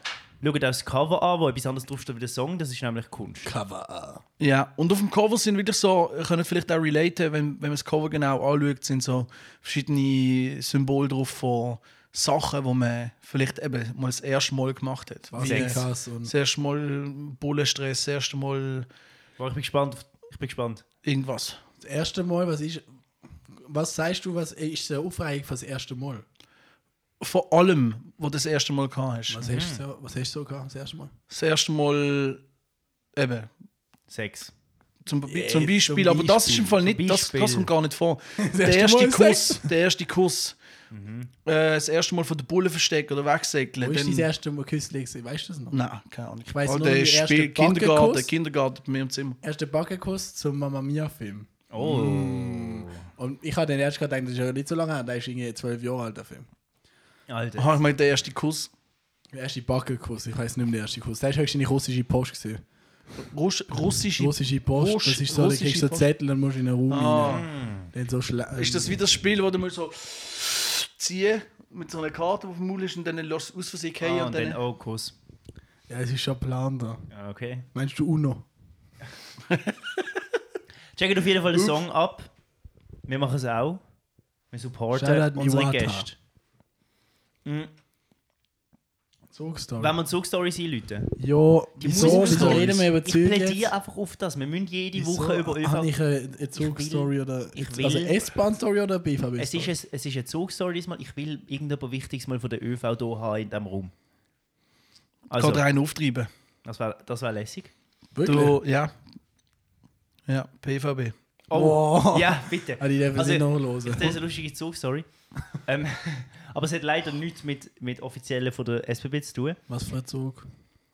S2: Schaut auch das Cover an, wo etwas anderes draufsteht wie der Song. Das ist nämlich Kunst.
S1: Cover.
S3: <laughs> Ja, und auf dem Cover sind wirklich so, ihr könnt vielleicht auch relaten, wenn, wenn man das Cover genau anschaut, sind so verschiedene Symbole drauf von Sachen, die man vielleicht eben mal das erste Mal gemacht hat.
S1: Was
S3: Wie
S1: ist
S3: das
S1: das? Und
S3: erste Mal Bullenstress, das erste Mal
S2: Aber ich bin gespannt. auf- Ich bin gespannt.
S3: irgendwas.
S1: das erste Mal, was ist. was sagst du, was ist so aufregend für das erste Mal?
S3: Vor allem, wo du das erste Mal gehabt hast.
S1: Was, hast, du
S3: Mhm.
S1: so, was hast du so gehabt, das erste Mal?
S3: Das erste Mal eben.
S2: Sex.
S3: Zum,
S1: Yeah,
S3: zum Beispiel,
S1: zum
S3: aber das ist im
S1: Beispiel,
S3: Fall nicht,
S2: zum
S3: das,
S2: Beispiel.
S3: das kommt gar nicht vor. der,
S1: erste
S3: erste
S1: Mal
S3: Kuss, der erste Kuss, äh, das erste Mal von der Bulle verstecken oder wegsäckeln.
S1: Wo ist
S3: dann-
S1: dein erste Mal Küssli? gewesen? Weißt du das noch?
S3: Nein, keine Ahnung. Ich
S1: weiss nur,
S3: der
S1: mein
S3: ist
S1: erster
S3: Spiel- Kindergarten,
S1: Backenkuss.
S3: Kindergarten bei mir im Zimmer.
S1: Erster Backenkuss zum Mamma Mia-Film.
S2: Oh.
S3: Mm.
S1: Und ich habe den erst gedacht, das ist ja nicht so lange her, der ist irgendwie zwölf Jahre alt, der Film.
S2: Alter.
S3: Aha, Ah, ich meine, der erste Kuss.
S1: Der erste Backenkuss, ich weiß nicht mehr, der erste Kuss. Der ist höchstens russische Post gesehen.
S3: Russ, russische.
S1: Russische Post,
S3: Russ-
S1: das ist so, da kriegst
S3: russische
S1: du so
S3: Post.
S1: Zettel, dann musst du in einen Raum
S3: Ah.
S1: rein. Dann so schla-
S3: Ist das wie das Spiel, wo du mal so ziehen mit so einer Karte, die auf dem Maul ist und dann lässt du aus Versehen fallen
S2: Ah,
S3: und
S2: und dann
S3: dann...
S2: auch Kuss.
S1: Ja, es ist schon geplant da.
S2: Ja, Okay.
S1: Meinst du UNO?
S2: Checkt auf jeden Fall den Song ab. Wir machen es auch. Wir supporten
S1: Shoutout
S2: unsere
S1: Iwata.
S2: Gäste.
S1: Hm.
S2: Mhm.
S1: Zugstory.
S2: Wenn wir Zugstories einläuten.
S1: Ja,
S2: Die
S1: wieso?
S2: Musik-
S1: Wieso reden wir über
S2: Ich
S1: Züge jetzt?
S2: plädiere einfach auf das. Wir müssen jede Woche über
S1: Wieso Ah, Habe
S2: ÖV.
S1: ich eine, eine Zugstory oder...
S2: ich will-
S1: also S-Bahn-Story oder BVB-Story?
S2: Es ist, ein, es ist eine Zugstory diesmal. Ich will irgendjemand Wichtiges mal von der ÖV hier haben in diesem Raum. Also,
S3: Gerade rein auftreiben.
S2: das wäre das wär lässig.
S1: Wirklich?
S3: Du, ja. Ja, PVB.
S1: Oh. Wow.
S2: Oh, Ja, bitte.
S1: Ah, die dürfen
S2: Also,
S1: nicht
S2: Ich
S1: nachhören.
S2: erzähle eine lustige Zugstory. <laughs> ähm, aber es hat leider nichts mit, mit offiziellen von der SBB zu tun.
S1: Was für ein Zug?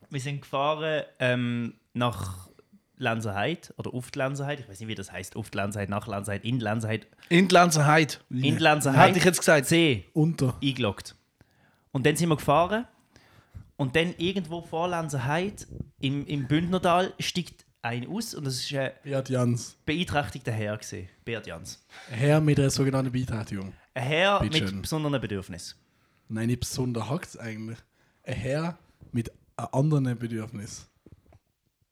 S2: Wir sind gefahren ähm, nach Lanzerheit oder auf die Lanzerheit. Ich weiß nicht, wie das heißt. Auf die Lanzerheit, nach Lanzerheit, in die Lanzerheit.
S3: Inlandser Heid.
S2: In die
S3: Hätte
S2: Lanzerheit.
S3: ich jetzt gesagt.
S2: C
S1: Unter.
S2: eingeloggt. Und dann sind wir gefahren. Und dann irgendwo vor Lanzerheit im, im Bündnertal steigt ein aus. Und das war ein
S1: Beat Jans.
S2: beeinträchtigter Herr, gewesen, Beat Jans.
S1: Herr mit einer sogenannten Beitragtigung.
S2: Ein Herr
S1: Bitte schön.
S2: mit besonderen Bedürfnissen.
S1: Nein, nicht besonders hackt eigentlich. Ein Herr mit einem anderen Bedürfnis.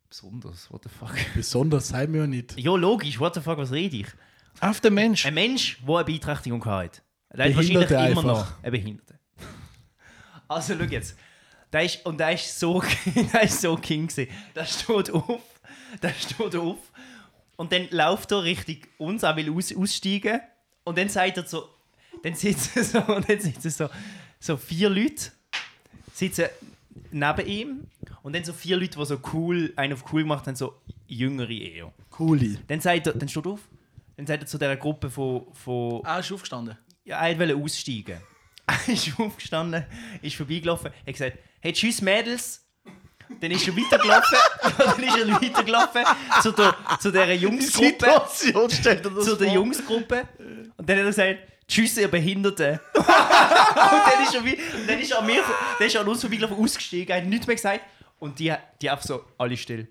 S2: Besonders, what the fuck.
S1: Besonders sei wir ja nicht.
S2: Ja, logisch, what the fuck, was rede ich?
S3: Auf den Mensch.
S2: Ein Mensch, der eine Beeinträchtigung hat. Der hat wahrscheinlich
S1: Behinderte
S2: immer
S1: einfach.
S2: noch. Ein Behinderte. <laughs> Also, schau jetzt. Der ist, und der ist so, <laughs> der ist so King gewesen. Der steht auf. Der steht auf. Und dann läuft er Richtung uns, er will aus, aussteigen. Und dann sagt er so, dann sitzen so, <laughs> und dann sitzen so, so vier Leute sitzen neben ihm. Und dann so vier Leute, die so cool, einen auf cool gemacht haben, so jüngere eher.
S1: Cooli.
S2: Dann sagt er, dann steht er auf, dann sagt er zu dieser Gruppe von, von
S3: Ah, ist <laughs> aufgestanden.
S2: ja, er wollte aussteigen. <laughs> Er ist aufgestanden, ist vorbeigelaufen, hat gesagt, hey, tschüss Mädels. Dann ist er weitergelaufen, <laughs> dann ist er weitergelaufen zu, der, zu dieser Jungsgruppe,
S3: stellt er das
S2: zu der
S3: vor.
S2: Jungsgruppe. Und dann hat er gesagt, tschüss ihr Behinderten. und dann ist er, wie, und dann ist er an mir, dann ist er an uns vorbeigelaufen, ausgestiegen, hat nichts mehr gesagt. Und die, die einfach so, alle still.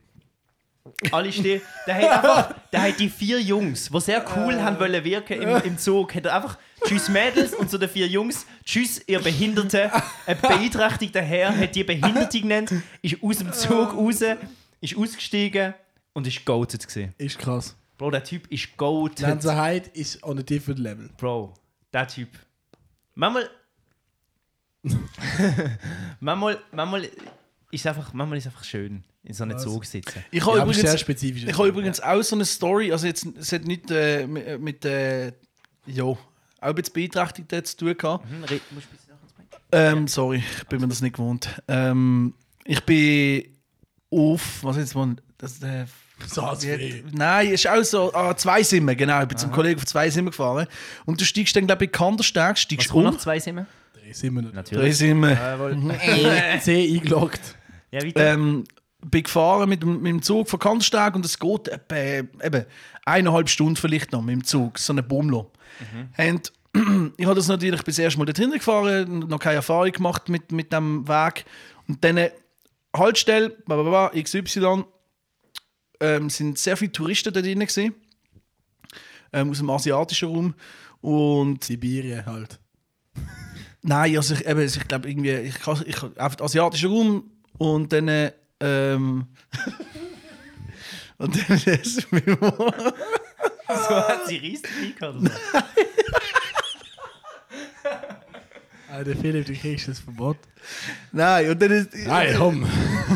S2: Alle still. Der hat einfach, der hat die vier Jungs, die sehr cool haben wollen wirken im, im Zug, hat er einfach Tschüss Mädels und zu den vier Jungs, Tschüss ihr Behinderte. Ein beeinträchtigter Herr hat die Behinderte genannt, ist aus dem Zug raus, ist ausgestiegen und ist goated gewesen.
S1: Ist krass.
S2: Bro, der Typ ist goated.
S1: Lanzerheit ist on a different level.
S2: Bro, der Typ. Manchmal. manchmal, manchmal ist einfach, manchmal ist einfach schön, in so einem
S1: Was?
S2: Zug sitzen.
S3: Ich
S1: Ja,
S3: habe
S1: aber sehr
S3: übrigens,
S1: spezifisch.
S3: ich habe übrigens auch so eine Story, also jetzt, es hat nicht äh, mit, mit äh, ja, auch ein bisschen Beeinträchtigkeit zu tun gehabt.
S2: Hm, red- musst du ein bisschen nachher ins Mic?
S3: Ähm, sorry, ich bin mir das nicht gewohnt. Ähm, ich bin auf, was jetzt man, das, äh,
S1: So, also als
S3: wie hat-
S1: Fee.
S3: nein, ist auch so, ah, zwei Simmen, genau, ich bin zum Kollegen auf zwei Simmen gefahren und du steigst dann, glaube ich, in Kandersteg,
S2: Was
S3: steigst
S2: kommt
S3: um.
S2: noch zwei Simmen?
S1: Drei sind wir nicht.
S3: Drei Simmen.
S1: Ah, <laughs> C eingeloggt.
S2: Ja, weiter. <laughs>
S3: ähm, bin gefahren mit, dem- mit dem Zug von Kanzsteg und es geht etwa, eben eineinhalb Stunden vielleicht noch mit dem Zug, so eine Bummlo. Und <clears throat> ich habe das natürlich bis erst mal dorthin gefahren, noch keine Erfahrung gemacht mit, mit dem Weg. Und dann äh, Haltestelle, bla, bla, bla, XY, ähm, sind sehr viele Touristen da drin gewesen, ähm, aus dem asiatischen Raum. Und
S1: Sibirien halt.
S3: Nein, also ich, eben, ich glaube irgendwie, ich, kann- ich kann auf den asiatischen Raum und dann äh, ähm, <laughs> und dann lesen wir mal.
S2: so hat sie Reis dabei gehabt. oder so?
S1: Äh, der Philipp, du kriegst das Verbot.
S3: Nein, und dann ist,
S1: Nein, komm.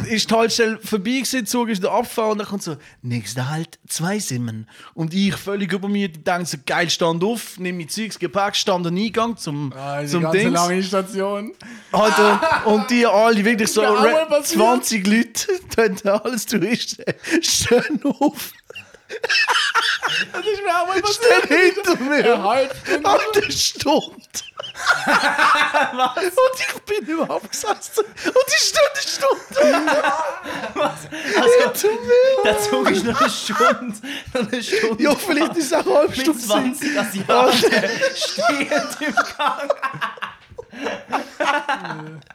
S3: ist die Haltestelle vorbei gewesen, Zug ist abgefahren und dann kommt so, nächster Halt, zwei Simmen. Und ich völlig über mir denke so, geil, stand auf, nehme mein Zeugs, Gepäck, stand an den Eingang zum,
S1: Ah, die
S3: zum
S1: ganze
S3: Dings.
S1: lange Station.
S3: Alter, und die alle, wirklich
S1: <laughs>
S3: so
S1: Ja, aber
S3: re-
S1: passiert.
S3: 20 Leute, <laughs> tun da alles Touristen, schön auf,
S1: Das ist mir auch <laughs> mal passiert.
S3: stehen hinter mir.
S1: Eine halbe Stunde.
S3: <laughs>
S1: <laughs>
S3: Alter, Stund! Was? Und ich bin überhaupt gesessen. Und die Stunde ist Stunde.
S1: <laughs>
S2: Also,
S3: Zu mir.
S2: der Zug ist noch eine Stunde. Noch eine Stunde.
S3: Ja, vielleicht ist es auch eine halbe
S2: <laughs> mit
S3: Stunde.
S2: 20 <laughs> Asiaten stehend im Gang.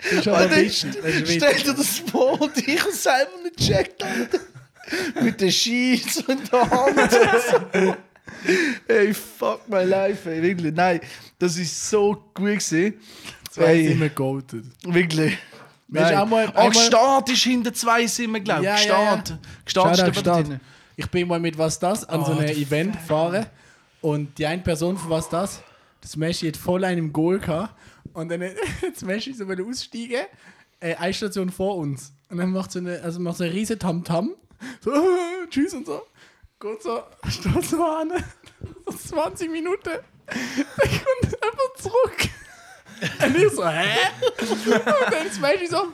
S1: Das ist aber
S3: Alter,
S1: ein
S3: st-
S1: bisschen- das ist ein bisschen-
S3: stell dir das vor und ich habe selber nicht gecheckt. Alter. Mit den Skis und der Hand.
S1: <laughs>
S3: Ey, fuck my life, ey, wirklich. Nein, das ist so gut gewesen.
S1: Zwei
S3: Ey.
S1: Zimmer geoutet.
S3: Wirklich.
S1: Mir ist
S3: Nein.
S1: auch mal-
S3: Ah,
S1: einmal-
S3: gestartet ist hinter zwei Simmen, glaube ich.
S1: Ja, ja,
S3: gestartet.
S1: ja. Shoutout,
S3: Gestartet ist aber da
S1: Shoutout.
S3: drinnen.
S1: Ich bin mal mit Was Das an so
S3: Oh,
S1: einem
S3: der
S1: Event gefahren und die eine Person von Was Das, das Messi hat voll einen im Goal gehabt und dann hat <laughs> das Messi so wollte aussteigen, äh, eine Station vor uns. Und dann macht so eine, also macht so eine riese Tamtam, <laughs> so tschüss und so. Geht so, <laughs> steht so an, <laughs> so 20 Minuten, <laughs> dann kommt einfach zurück. <laughs> Und ich so, hä? Und dann das Messi so,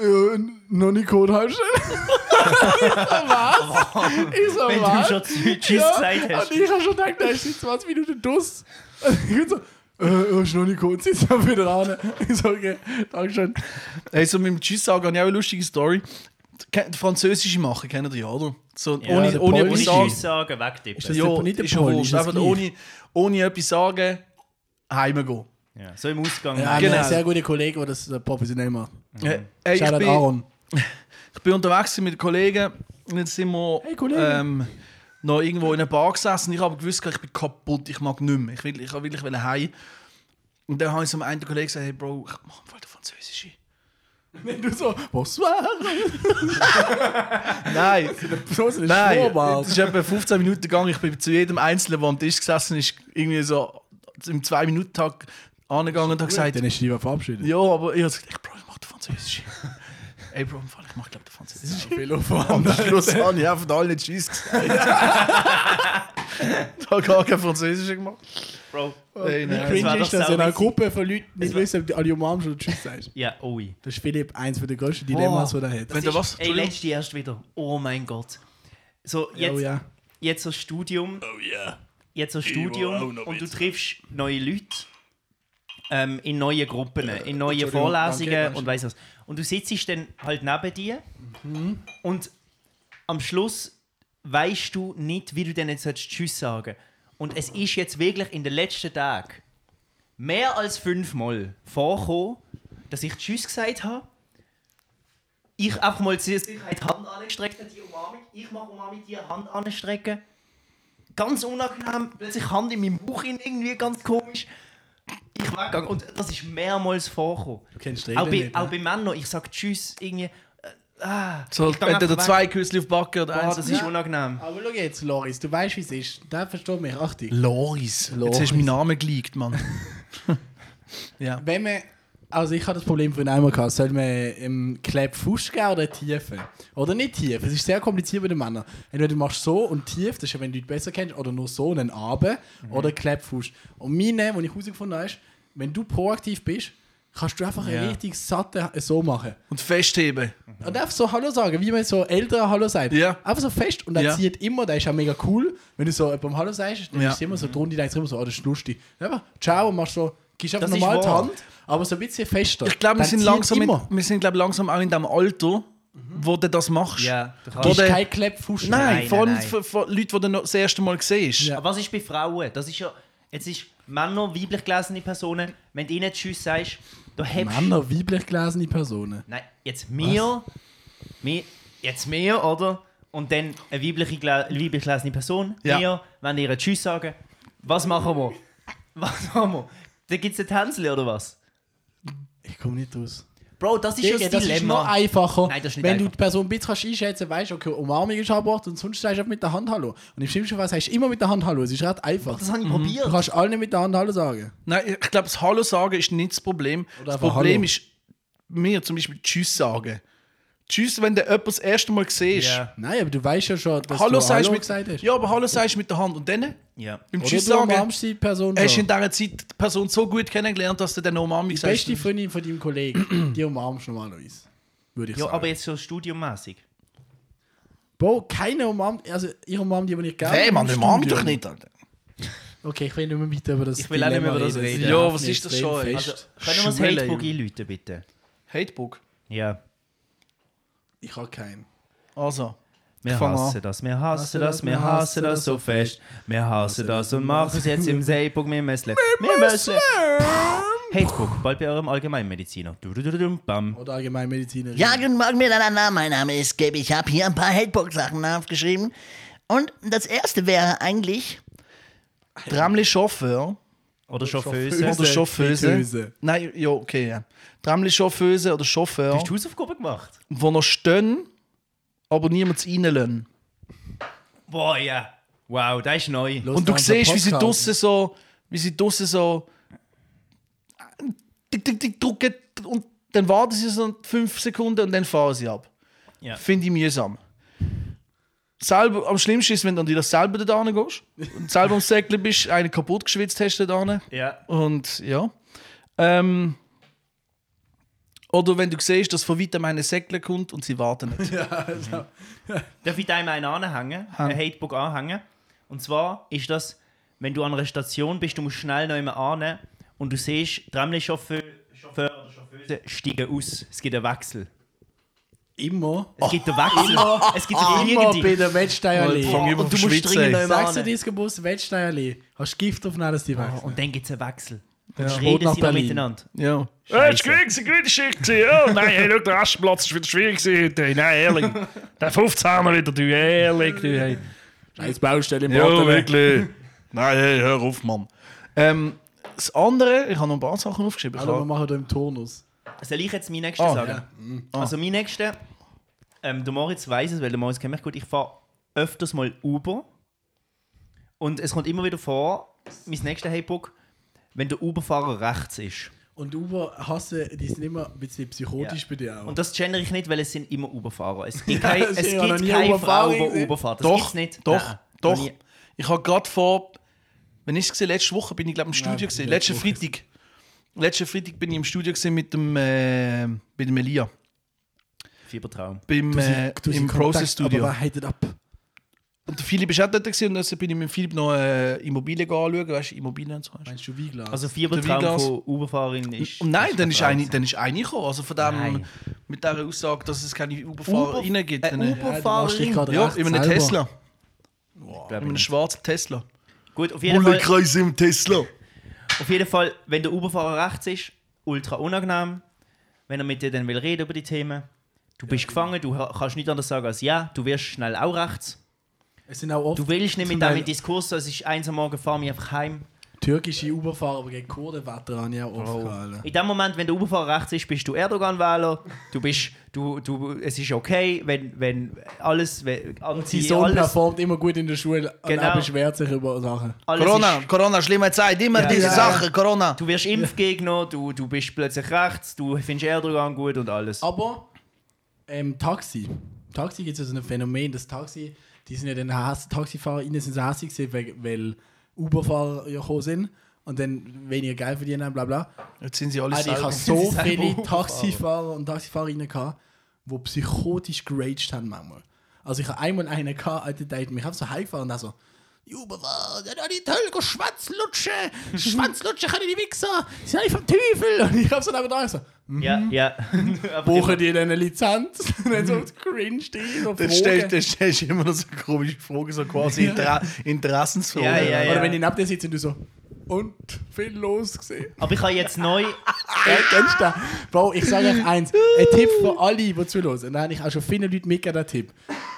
S1: äh, noch nicht Code halbstellen. Ich so,
S2: Wenn du
S1: was?
S2: schon zu- Tschüss gesagt hast.
S1: Und ich habe schon gedacht, da ist in 20 Minuten Duss. Und ich bin so, äh, ist noch nicht kurz, jetzt auch wieder an. Ich so, okay, Dankeschön.
S3: Hey, so mit dem Tschüss sagen habe ich auch eine lustige Story. Ke- Französische machen, kennt ihr ja, oder? So,
S2: Ja,
S3: ohne,
S1: der
S3: ohne
S1: Polnische.
S2: Ohne
S3: etwas sagen.
S2: Tschüss sagen, wegtippen.
S1: das
S3: Ja,
S1: der- nicht der
S3: ist ja
S1: Polnische,
S3: wurscht.
S1: das
S3: Einfach
S1: gleich.
S3: ohne, ohne etwas sagen, heimgehen.
S2: Ja. So im Ausgang.
S1: Ja,
S3: Genau.
S1: genau. ein sehr guter Kollege, der das äh, professionell macht.
S3: Hey, hey, ich,
S1: Shoutout
S3: bin,
S1: Aaron.
S3: ich bin unterwegs gewesen mit Kollegen und jetzt sind wir
S1: Hey, Kollege.
S3: ähm, noch irgendwo in einer Bar gesessen. Ich habe gewusst, ich bin kaputt, ich mag nicht mehr. Ich will, ich will, ich will heim. Und dann habe ich zum einen Kollegen gesagt, hey Bro, ich mache voll den Französischen.
S1: Wenn du so, was war?
S3: <laughs> Nein.
S1: So ist
S3: Nein,
S1: Schnurrbart.
S3: es ist etwa 15 Minuten gegangen. Ich bin zu jedem Einzelnen, der am Tisch gesessen ist, irgendwie so im 2-Minuten-Tag angegangen und habe gesagt,
S1: Dann ist die verabschiedet.
S3: ja, aber ich habe gesagt, ich, Bro, ich mache den <laughs> Französisch. Ey, Bro, im Fall, ich mache, glaube den Französisch.
S1: Viel
S3: Am
S1: Aufwand.
S3: <laughs> Schluss habe ich einfach allen Tschüss gesagt. ich habe gar kein Französisch gemacht.
S2: Bro.
S3: Ey,
S1: Wie
S3: nein.
S2: war
S1: cringe ist
S2: doch
S1: das, wenn eine
S2: sauwitzig.
S1: Gruppe von Leuten nicht
S2: Es war-
S1: wissen, ob die alle umarmen schon Tschüss sagst?
S2: Ja, oi.
S1: Das ist Philipp eins der größten Dilemmas, die er hat.
S3: Wenn du was?
S2: Ey, letzte erst wieder. Oh mein Gott. So, jetzt,
S1: Oh ja.
S2: jetzt so Studium.
S1: Oh ja.
S2: jetzt ein Studium und du triffst neue Leute ähm, in neuen Gruppen, in neuen
S1: Äh, Entschuldigung,
S2: Vorlesungen
S1: danke, danke.
S2: und weiss was. Und du sitzt dann halt neben dir
S1: Mhm.
S2: und am Schluss weißt du nicht, wie du denn jetzt sollst Tschüss sagen Und es ist jetzt wirklich in den letzten Tagen mehr als fünfmal vorgekommen, dass ich Tschüss gesagt habe. Ich einfach mal zur Sicherheit die Hand angestreckt habe, die Umarmung. Ich mache Umarmung, die Hand anstrecken ganz unangenehm, plötzlich Hand in meinem Bauch hin, irgendwie ganz komisch. Ich weggegangen und das ist mehrmals vorgekommen.
S1: Du kennst die
S2: Auch
S1: Regeln
S2: bei,
S1: nicht,
S2: auch
S1: ne?
S2: bei Männern, ich sage Tschüss, irgendwie,
S3: So,
S2: Ich gehe
S3: entweder
S2: einfach
S3: zwei Küsse auf die Backe oder
S2: ah,
S3: eins.
S2: das ist unangenehm.
S1: Aber schau jetzt, Loris, du weißt, wie es ist. Der versteht mich, Achtung.
S3: Loris. Jetzt hast
S1: Loris.
S3: du meinen Namen geleakt, Mann. <laughs> ja.
S1: Wenn man, also ich hatte das Problem von einmal gehabt, soll man im Clap Fuß geben oder Tiefe? Oder nicht tief, es ist sehr kompliziert bei den Männern. Entweder du machst so und tief, das ist ja, wenn du die besser kennst, oder nur so und dann runter, oder Clap Fuß. Und meine, was ich herausgefunden habe, ist, wenn du proaktiv bist, kannst du einfach
S3: Ja.
S1: einen richtig satten so machen.
S3: Und festheben.
S1: Und einfach so Hallo sagen, wie man so älter Hallo sagt.
S3: Ja.
S1: Einfach so fest und er
S3: Ja.
S1: zieht immer, der ist ja mega cool. Wenn du so beim Hallo sagst, dann
S3: Ja.
S1: ist es immer so drunter, die denkst immer so, oh, das ist lustig. Einfach ciao und machst so, gibst einfach
S2: Das ist
S1: normal die
S2: wahr.
S1: Hand, aber so ein bisschen fester.
S3: Ich glaube, wir
S1: Dann
S3: sind
S1: zieht
S3: langsam, in,
S1: immer.
S3: wir sind, glaub, langsam auch in dem Alter, wo du das machst.
S2: Ja, da kannst
S1: Du hast
S3: Oder-
S1: kein Kleppfuß.
S3: Nein,
S2: Nein,
S3: vor allem
S2: nein, nein.
S3: für- für Leute, die du noch das erste Mal siehst.
S1: Ja.
S2: Aber was ist bei Frauen? Das ist ja, jetzt ist Männer, weiblich gelesene Personen, wenn du ihnen Tschüss sagst, da hebst du...
S1: Männer, weiblich gelesene Personen.
S2: Nein, jetzt mir, mir, jetzt mir, oder? Und dann eine weibliche, gele- weiblich gelesene Person,
S3: Ja.
S2: mir, wenn ihr Tschüss sagen, was machen wir? <laughs> Was machen wir? Dann gibt es einen Tänzel, oder was?
S1: Ich komme nicht raus.
S2: Bro, das ist ja das
S1: das ist noch
S2: Dilemma.
S1: einfacher.
S2: Nein, das ist nicht
S1: wenn du
S2: einfach.
S1: die Person ein bisschen kannst einschätzen kannst, weißt du, okay, Umarmung ist an Bord und sonst sagst du einfach mit der Hand Hallo. Und im schlimmsten Fall sagst du immer mit der Hand Hallo. Es ist recht einfach.
S2: Das habe ich
S1: Du
S2: probiert.
S1: kannst allen mit der Hand Hallo sagen.
S3: Nein, ich glaube, das Hallo sagen ist nicht das Problem.
S1: Oder
S3: Das
S1: einfach
S3: Problem
S1: Hallo.
S3: ist mir zum Beispiel Tschüss sagen. Tschüss, wenn du jemanden das erste Mal siehst.
S2: Ja,
S1: Nein, aber du weißt ja schon, dass
S3: Hallo
S1: du
S3: sagst
S1: Hallo
S3: mit,
S1: gesagt hast.
S3: Ja, aber Hallo sagst du mit der Hand. Und dann,
S2: ja.
S3: beim
S1: Oder
S3: Tschüss
S1: du
S3: sagen,
S1: umarmst die Person
S3: hast du in
S1: schon.
S3: dieser Zeit die Person so gut kennengelernt, dass du dann noch Umarmung
S1: Die
S3: sagst.
S1: beste Freundin von deinem
S3: <clears throat>
S1: Kollegen, die umarmst du normalerweise. Würde ich
S2: Ja,
S1: sagen.
S2: aber jetzt so studiummäßig.
S1: Bro, keine umarmt, also ich umarm die, die ich gerne
S3: Hey, Mann,
S1: im
S3: umarm
S1: Studium.
S3: doch nicht, Alter.
S1: Okay, ich will nicht mehr weiter über das
S2: Ich will auch nicht mehr über das
S1: Dilemma
S2: reden.
S1: nervt
S3: Ja, was
S1: mich
S3: ist das
S1: extrem
S3: schon, ey?
S1: fest.
S2: Also, können wir das
S3: Schwelle,
S2: Hatebook
S3: Junge.
S2: einläuten, bitte?
S3: Hatebook.
S2: Ja.
S1: Ich habe keinen.
S3: Also.
S2: Wir
S3: Fang an.
S2: hassen das, wir hassen das, wir hassen das so fest. Wir hassen das und machen es jetzt im Seeburg, wir messeln. Wir messeln! Hatebook, bald bei eurem Allgemeinmediziner. Du, du, du, du, dum, bam.
S1: Oder Allgemeinmediziner.
S4: Ja, guten Morgen miteinander. Mein Name ist Gabe. Ich habe hier ein paar Hatebook-Sachen aufgeschrieben. Und das erste wäre eigentlich,
S3: Tramli-Chauffeur.
S2: Oder
S1: Chauffeuse.
S2: Chauffeuse.
S3: Oder Chauffeuse.
S1: Fritteuse.
S3: Nein, ja, okay. Ja. Tramli-Chauffeuse oder Chauffeur,
S2: Hast du Hausaufgaben gemacht?
S3: wo noch stehen, aber niemand reinlassen.
S2: Boah, ja. Wow, das ist neu.
S1: Los,
S3: Und du
S1: dann
S3: siehst,
S1: unser
S3: wie sie
S1: Podcast.
S3: draussen so, wie sie draussen so tick, tick, tick, drücken und dann warten sie so fünf Sekunden und dann fahren sie ab.
S2: Ja.
S3: Finde ich mühsam. Selber, am schlimmsten ist, wenn du natürlich selber da gehst und selber am Säckchen bist, einen kaputt geschwitzt hast da
S2: Ja.
S3: und ja. Ähm, oder wenn du siehst, dass von weitem eine Säckle kommt und sie warten nicht.
S2: Darf ich da mal einen anhängen? Ein Hatebook anhängen? Und zwar ist das, wenn du an einer Station bist, du musst schnell noch jemanden annehmen und du siehst, Tramli-Chauffeur Chauffeur oder Chauffeuse steigen aus. Es gibt einen Wechsel.
S1: Immer.
S2: Es gibt einen Wechsel. Es gibt
S1: Immer bei
S2: irgendwie.
S1: der
S3: Fang
S1: Wettsteierlee.
S3: ich immer
S2: und
S3: auf
S2: du musst
S3: Schwitzen,
S2: dringend
S3: ey.
S2: noch jemanden annehmen.
S1: 36 Bus Wettsteierlee. Hast Gift auf alles die Wechsel.
S2: Und dann gibt es einen Wechsel. Und ja.
S1: Rot
S2: reden
S1: nach
S2: sie noch
S1: Berlin.
S2: miteinander.
S3: Ja.
S5: Ja, het is goed, het is een goede shift. Ja, Oh, nee, hey, look, de Aschenplatz dus is weer schwierig. Nee, eerlijk. Dat hoeft samen weer dat u eerlijk.
S3: Du, hey.
S1: Scheiß Baustelle im ne?
S5: Ja,
S1: Boden.
S5: wirklich. Nein, hey, hör auf, Mann.
S3: Ähm, das andere, ich habe noch ein paar Sachen aufgeschrieben.
S1: Hallo, wir
S3: Klar.
S1: machen hier im Turnus.
S2: Soll ich jetzt meinen nächsten
S3: Ah,
S2: sagen? Also mein nächster, ähm, der Moritz weiß es, weil der Moritz kennt mich gut. Ich fahre öfters mal Uber und es kommt immer wieder vor, mein nächster Hatebook, wenn der Uber-Fahrer rechts ist.
S1: Und Uber hassen, die sind immer ein bisschen psychotisch Oh, bei dir auch.
S2: Und das gendere ich nicht, weil es sind immer Uber-Fahrer. Es gibt keine,
S1: Das
S2: es
S1: ist ja noch
S2: gibt
S1: nie
S2: keine
S1: Uber-Fahrer
S2: Frau, die
S1: gewesen.
S2: Uber fährt. Das
S3: Doch,
S2: gibt's nicht.
S3: doch,
S2: Nein, noch
S3: doch.
S2: nie.
S3: Ich habe gerade vor, wenn ich es gesehen letzte Woche bin ich glaube im Studio gesehen. Letzten Freitag, letzten Freitag bin ich im Studio gesehen mit dem, äh, mit dem Elia
S2: Fiebertraum.
S3: beim,
S1: Du sie-
S3: äh,
S1: du sie
S3: im
S1: Kontakt,
S3: Process Studio.
S1: Aber wer hält ab?
S3: Und der Philipp ist auch dort gewesen, und dann bin ich mit dem Philipp noch äh, Immobilien anschauen, weißt du, Immobilien und so. weisst du.
S1: Meinst du Weinglas?
S2: Also
S3: Der
S2: Fiebertraum
S3: Weinglas-
S2: von Uber-Fahrerin ist...
S3: Und nein, dann ist
S2: Vertrauen.
S3: eine, dann ist eine gekommen. Also von dem,
S2: Nein.
S3: mit dieser Aussage, dass es keine Uber-Fahrer
S2: Uber-
S3: gibt.
S2: äh,
S3: dann-
S2: Uber-
S1: Ja, du machst dich gerade
S3: ja,
S1: recht
S3: in einem
S1: selber.
S3: Tesla.
S2: Glaub
S3: In
S2: ich
S3: einem
S2: nicht.
S3: schwarzen Tesla.
S2: Gut, auf jeden Fall...
S3: im Tesla.
S2: Auf jeden Fall, wenn der Uberfahrer rechts ist, ultra unangenehm. Wenn er mit dir dann will reden über die Themen. Du bist gefangen, du ha- kannst nichts anderes sagen als ja, du wirst schnell auch rechts.
S1: Es sind auch oft
S2: Du willst nicht
S1: zum
S2: mit dem
S1: Teil
S2: in Diskurs, es ist eins am Morgen, fahr mich einfach heim.
S1: türkische Uberfahrer, aber gegen Kurdenwetter habe ich auch oft gehalten.
S2: In dem Moment, wenn der Uberfahrer rechts ist, bist du Erdogan-Wähler. Du bist, du, du, es ist okay, wenn, wenn alles, wenn,
S1: Sein
S2: anti,
S1: Sohn
S2: alles,
S1: performt immer gut in der Schule
S2: Genau.
S1: und er beschwert sich über Sachen.
S2: alles
S3: Corona,
S2: Ist,
S3: Corona, schlimme Zeit, immer diese
S1: ja.
S3: Sache, Corona.
S2: du wirst Impfgegner, du, du bist plötzlich rechts, du findest Erdogan gut und alles.
S1: Aber ähm, Taxi. Taxi gibt es ja so ein Phänomen, das Taxi, die sind ja dann hass, Taxifahrer innen sind so hässlich gewesen, weil, weil Uberfahrer ja gekommen sind und dann weniger Geld verdienen haben, bla bla.
S3: Jetzt sind sie alle
S1: Also ich
S3: selber.
S2: <laughs>
S1: habe so
S2: selber
S1: viele
S2: Uberfahrer.
S1: Taxifahrer und Taxifahrerinnen gehabt, die psychotisch geraged haben manchmal. Also ich habe einmal einen gehabt, Alter, der hat mich einfach so heimgefahren und dann so «Die Uberfahrer, der hat die Tölger Schwanzlutsche!
S2: <laughs>
S1: Schwanzlutsche können die Wichser! Sie sind alle vom Teufel!» Und ich habe so nebenan gesagt
S2: Ja,
S3: Mhm. <laughs>
S2: ja. Aber
S1: brauchen die denn eine Lizenz? <laughs> Und dann so cringe die so
S3: Dann stellst, dann stellst du immer noch so komische Fragen, so quasi Inter Interessensfragen.
S2: Ja, ja, ja.
S1: Oder wenn die neben dir sitzen und du so «Und? Viel los gesehen?»
S2: Aber ich habe jetzt neu,
S1: Ja, Äh, kennst du den? Bro, ich sage euch eins: ein Tipp für alle, die zuhören. Und da habe ich auch schon vielen Leuten mitgegeben, den Tipp.